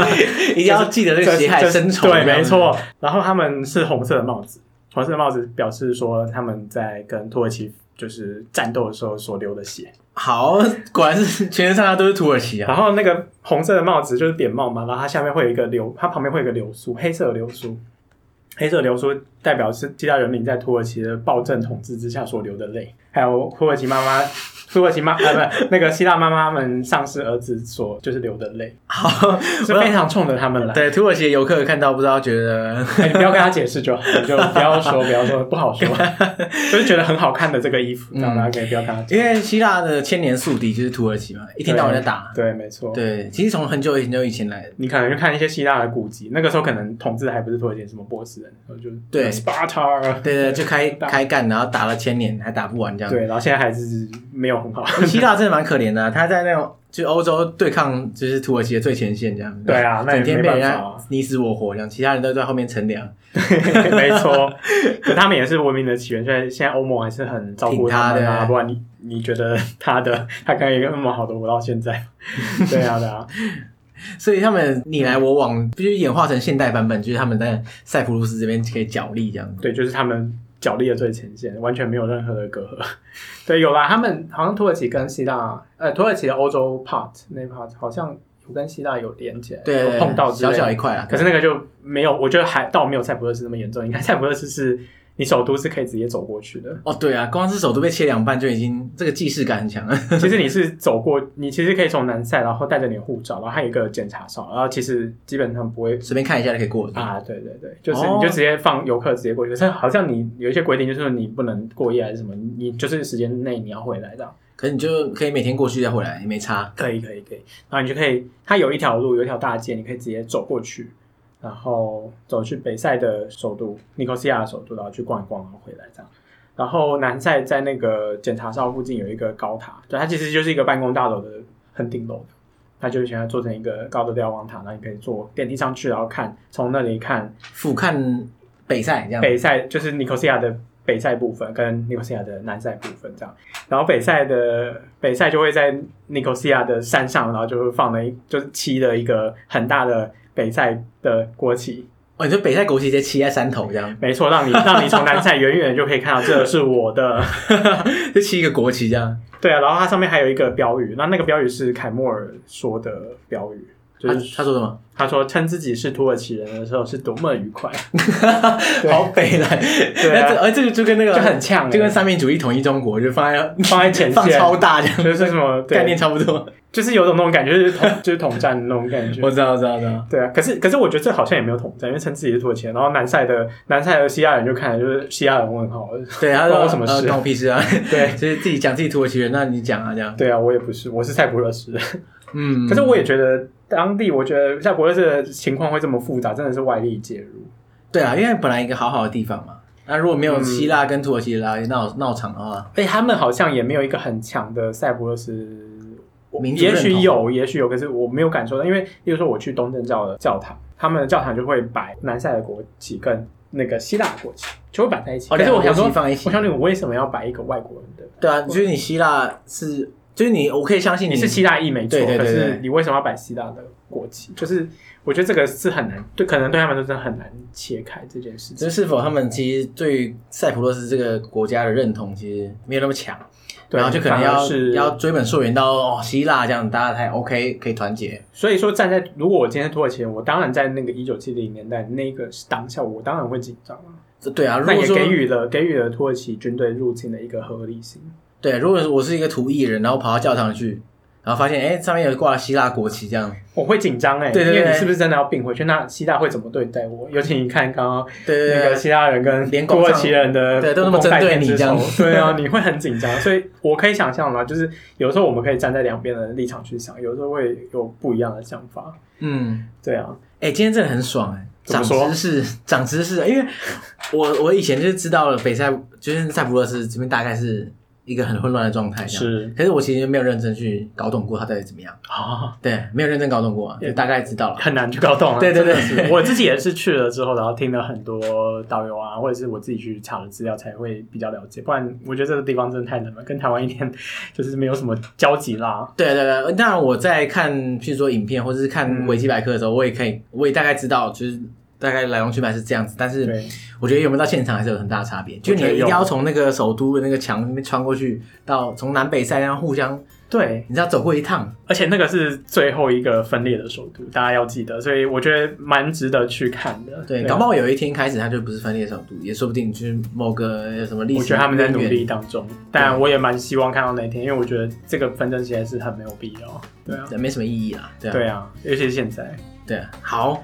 [SPEAKER 1] 一定要记得这个血海
[SPEAKER 2] 这是
[SPEAKER 1] 深仇。
[SPEAKER 2] 对，没。错。然后他们是红色的帽子，红色的帽子表示说他们在跟土耳其就是战斗的时候所流的血。
[SPEAKER 1] 好，果然是全身上下都是土耳其啊。
[SPEAKER 2] 然后那个红色的帽子就是扁帽嘛，然后它下面会有一个流，它旁边会有一个流苏，黑色的流苏。黑色的流苏代表是希腊人民在土耳其的暴政统治之下所流的泪，还有土耳其妈妈、土耳其妈呃不那个希腊妈妈们丧失儿子所就是流的泪，
[SPEAKER 1] 好，
[SPEAKER 2] 是非常冲着他们 来。
[SPEAKER 1] 对土耳其的游客看到不知道觉 得
[SPEAKER 2] 哎你不要跟他解释就好，你就不要说，不要说，不 好说，就是觉得很好看的这个衣服，这样大家可以不要跟他
[SPEAKER 1] 嗯
[SPEAKER 2] 解释。
[SPEAKER 1] 因为希腊的千年宿敌就是土耳其嘛，一天到晚在打。
[SPEAKER 2] 对，没错。
[SPEAKER 1] 对，其实从很久很久以前来的。
[SPEAKER 2] 你可能就看一些希腊的古籍，那个时候可能统治还不是土耳其什么波斯人，然后就
[SPEAKER 1] 对
[SPEAKER 2] Sparta，
[SPEAKER 1] 对对，就开
[SPEAKER 2] 打
[SPEAKER 1] 开干，然后打了千年还打不完这样。
[SPEAKER 2] 对，然后现在还是没有 很好。
[SPEAKER 1] 希腊真的蛮可怜的啊、他在那种就欧洲对抗就是土耳其的最前线这样。
[SPEAKER 2] 对啊那也
[SPEAKER 1] 整天被人
[SPEAKER 2] 没办
[SPEAKER 1] 家
[SPEAKER 2] 法啊
[SPEAKER 1] 你死我活这样，其他人都在后面乘凉。
[SPEAKER 2] 没错，可他们也是文明的起源，所以现在欧盟还是很照顾他们
[SPEAKER 1] 挺他的
[SPEAKER 2] 啊。
[SPEAKER 1] 啊
[SPEAKER 2] 不然你你觉得他的 他可以那么好的活到现在？ 对啊，对啊，
[SPEAKER 1] 所以他们你来我往，必须演化成现代版本，就是他们在塞浦路斯这边可以角力这样。
[SPEAKER 2] 对，就是他们角力的最前线，完全没有任何的隔阂。 对，有啦，他们好像土耳其跟希腊，呃，土耳其的欧洲 part 那 part 好像有跟希腊有连起来，
[SPEAKER 1] 对，
[SPEAKER 2] 有碰到之类
[SPEAKER 1] 小
[SPEAKER 2] 的
[SPEAKER 1] 小一块啊。
[SPEAKER 2] 可是那个就没有，我觉得还倒没有塞浦路斯那么严重。你看塞浦路斯是你首都是可以直接走过 去的。
[SPEAKER 1] 哦，对啊，光是首都被切两半就已经这个既视感很强了。
[SPEAKER 2] 其实你是走过，你其实可以从南塞，然后带着你的护照，然后还有一个检查哨，然后其实基本上不会
[SPEAKER 1] 随便看一下就可以过了。
[SPEAKER 2] 啊，对对对，就是
[SPEAKER 1] 嗯哦
[SPEAKER 2] 你就直接放游客直接过去，可是好像你有一些规定，就是你不能过夜还是什么，你就是时间内你要回来这样。
[SPEAKER 1] 可是你就可以每天过去再回来，也没差。
[SPEAKER 2] 可以可以可以，然后你就可以，它有一条路，有一条大街，你可以直接走过去，然后走去北塞的首都尼科西亚的首都，然后去逛一逛，然后回来这样。然后南塞在那个检查哨附近有一个高塔，对，它其实就是一个办公大楼的很顶楼的，它就是现在做成一个高的瞭望塔，然后你可以坐电梯上去，然后看从那里看
[SPEAKER 1] 俯瞰北塞这样，
[SPEAKER 2] 北塞就是尼科西亚的北塞部分跟尼科西亚的南塞部分这样，然后北塞的北塞就会在尼科西亚的山上，然后就会放了一就是漆了一个很大的北塞的国旗，
[SPEAKER 1] 哦，你说北塞国旗直接骑在山头这样，
[SPEAKER 2] 没错，让你让你从南塞远远地就可以看到这是我的，
[SPEAKER 1] 就骑一个国旗这样。
[SPEAKER 2] 对啊，然后它上面还有一个标语，那那个标语是凯莫尔说的标语，就
[SPEAKER 1] 他
[SPEAKER 2] 是
[SPEAKER 1] 他说什么？
[SPEAKER 2] 他说称自己是土耳其人的时候是多么愉 快，对
[SPEAKER 1] 好北来，
[SPEAKER 2] 对啊
[SPEAKER 1] 那这而这个就跟那个
[SPEAKER 2] 就很呛欸
[SPEAKER 1] 就跟三民主义统一中国就放 在
[SPEAKER 2] 放在前
[SPEAKER 1] 放
[SPEAKER 2] 线，
[SPEAKER 1] 超大这样，
[SPEAKER 2] 就是什么对
[SPEAKER 1] 概念差不多。
[SPEAKER 2] 就是有种那种感觉，就是统就是统战的那种感觉
[SPEAKER 1] 我。知道，我知道，我知道。
[SPEAKER 2] 对啊，可是可是我觉得这好像也没有统战，因为称自己是土耳其人，然后南塞的南塞的西亚人就看来就是西亚人问号。
[SPEAKER 1] 对，他
[SPEAKER 2] 关
[SPEAKER 1] 说
[SPEAKER 2] 我什么
[SPEAKER 1] 呃
[SPEAKER 2] 事
[SPEAKER 1] 关我屁事啊！
[SPEAKER 2] 对
[SPEAKER 1] 就是自己讲自己土耳其人，那你讲啊，这样。
[SPEAKER 2] 对啊，我也不是，我是塞浦路斯人。
[SPEAKER 1] 嗯，
[SPEAKER 2] 可是我也觉得当地，我觉得塞浦路斯的情况会这么复杂，真的是外力介入。
[SPEAKER 1] 对啊，因为本来一个好好的地方嘛，那如果没有
[SPEAKER 2] 嗯
[SPEAKER 1] 希腊跟土耳其来闹闹场的话，
[SPEAKER 2] 哎，他们好像也没有一个很强的塞浦路斯。我
[SPEAKER 1] 民族
[SPEAKER 2] 也许
[SPEAKER 1] 认同
[SPEAKER 2] 有，也许有，可是我没有感受到，因为，例如说我去东正教的教堂，他们的教堂就会摆南塞的国旗跟那个希腊的国旗，就会摆在一起。
[SPEAKER 1] 哦
[SPEAKER 2] 可是我
[SPEAKER 1] 两个
[SPEAKER 2] 想
[SPEAKER 1] 国
[SPEAKER 2] 说
[SPEAKER 1] 旗，放一起
[SPEAKER 2] 我，想你，我为什么要摆一个外国人的？
[SPEAKER 1] 对啊，就是你希腊是，就是你，我可以相信
[SPEAKER 2] 你是希腊裔没
[SPEAKER 1] 嗯
[SPEAKER 2] 错，
[SPEAKER 1] 对对对
[SPEAKER 2] 可是
[SPEAKER 1] 对
[SPEAKER 2] 你为什么要摆希腊的国旗？就是我觉得这个是很难，对，可能对他们都是很难切开这件事
[SPEAKER 1] 只
[SPEAKER 2] 情。
[SPEAKER 1] 是是否他们其实对于塞浦路斯这个国家的认同其实没有那么强，啊
[SPEAKER 2] 对
[SPEAKER 1] 然后就可能
[SPEAKER 2] 反而
[SPEAKER 1] 要
[SPEAKER 2] 是
[SPEAKER 1] 要追本溯源到哦希腊这样，大家才 OK 可以团结。
[SPEAKER 2] 所以说，站在如果我今天是土耳其人，我当然在那个一九七零年代那个当下，我当然会紧张啊。
[SPEAKER 1] 这对啊，如
[SPEAKER 2] 那
[SPEAKER 1] 果
[SPEAKER 2] 也
[SPEAKER 1] 说
[SPEAKER 2] 给予了给予了土耳其军队入侵的一个合理性。
[SPEAKER 1] 对，如果我是一个土裔人，然后跑到教堂去，然后发现哎上面有挂希腊国旗这样，
[SPEAKER 2] 我会紧张哎、
[SPEAKER 1] 对对对
[SPEAKER 2] 因为你是不是真的要并回去？那希腊会怎么对待我？尤其你看刚刚
[SPEAKER 1] 对对
[SPEAKER 2] 那
[SPEAKER 1] 对
[SPEAKER 2] 个希腊人跟
[SPEAKER 1] 连
[SPEAKER 2] 土
[SPEAKER 1] 广
[SPEAKER 2] 耳
[SPEAKER 1] 场
[SPEAKER 2] 其人的
[SPEAKER 1] 对都那么针对你这样
[SPEAKER 2] 不共戴天之仇对 啊，你会很紧张，所以我可以想象嘛，就是有时候我们可以站在两边的立场去想，有时候会有不一样的想法。
[SPEAKER 1] 嗯，
[SPEAKER 2] 对啊，
[SPEAKER 1] 哎、今天真的很爽哎、
[SPEAKER 2] 怎么
[SPEAKER 1] 长
[SPEAKER 2] 说
[SPEAKER 1] 知识，长知识，因为我我以前就是知道了北塞，就是塞浦路斯这边大概是一个很混乱的状态，，
[SPEAKER 2] 是
[SPEAKER 1] 可是我其实没有认真去搞懂过它到底怎么样，
[SPEAKER 2] 啊，
[SPEAKER 1] 对，没有认真搞懂过、啊，
[SPEAKER 2] 也
[SPEAKER 1] 就大概知道了。
[SPEAKER 2] 很难去搞懂啊。
[SPEAKER 1] 对对对
[SPEAKER 2] 真的是我自己也是去了之后，然后听了很多导游啊，或者是我自己去查了资料才会比较了解，不然我觉得这个地方真的太冷了，跟台湾一点 就是没有什么交集啦。
[SPEAKER 1] 对对对，当然我在看，譬如说影片或者是看维基百科的时候，我也可
[SPEAKER 2] 嗯
[SPEAKER 1] 以，我也大概知道，就是大概来龙去脉是这样子。但是
[SPEAKER 2] 对，
[SPEAKER 1] 我觉得有没有到现场还是有很大的差别，就
[SPEAKER 2] 我
[SPEAKER 1] 你
[SPEAKER 2] 觉得
[SPEAKER 1] 一
[SPEAKER 2] 有
[SPEAKER 1] 定要从那个首都的那个墙那边穿过去，到从南北塞那样互相，
[SPEAKER 2] 对，
[SPEAKER 1] 你知道走过一趟，
[SPEAKER 2] 而且那个是最后一个分裂的首都，大家要记得，所以我觉得蛮值得去看的。
[SPEAKER 1] 对，
[SPEAKER 2] 啊
[SPEAKER 1] 搞不好有一天开始它就不是分裂首都，也说不定就是某个呃什么历史。
[SPEAKER 2] 我觉得他们在努力。当中，但我也蛮希望看到那一天，因为我觉得这个纷争实在是很没有必要。对啊，
[SPEAKER 1] 对，没什么意义啦。嗯对啊，
[SPEAKER 2] 对啊，尤其是现在，
[SPEAKER 1] 对啊好，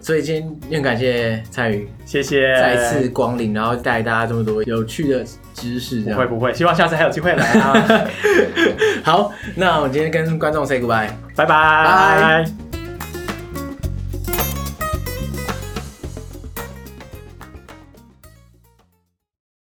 [SPEAKER 1] 所以今天很感谢蔡宇
[SPEAKER 2] 谢谢，
[SPEAKER 1] 再
[SPEAKER 2] 呃
[SPEAKER 1] 次光临，然后带大家这么多有趣的知识。这
[SPEAKER 2] 不会
[SPEAKER 1] 样
[SPEAKER 2] 不会，希望下次还有机会来啊，
[SPEAKER 1] 好，那我们今天跟观众 say goodbye。
[SPEAKER 2] 拜拜。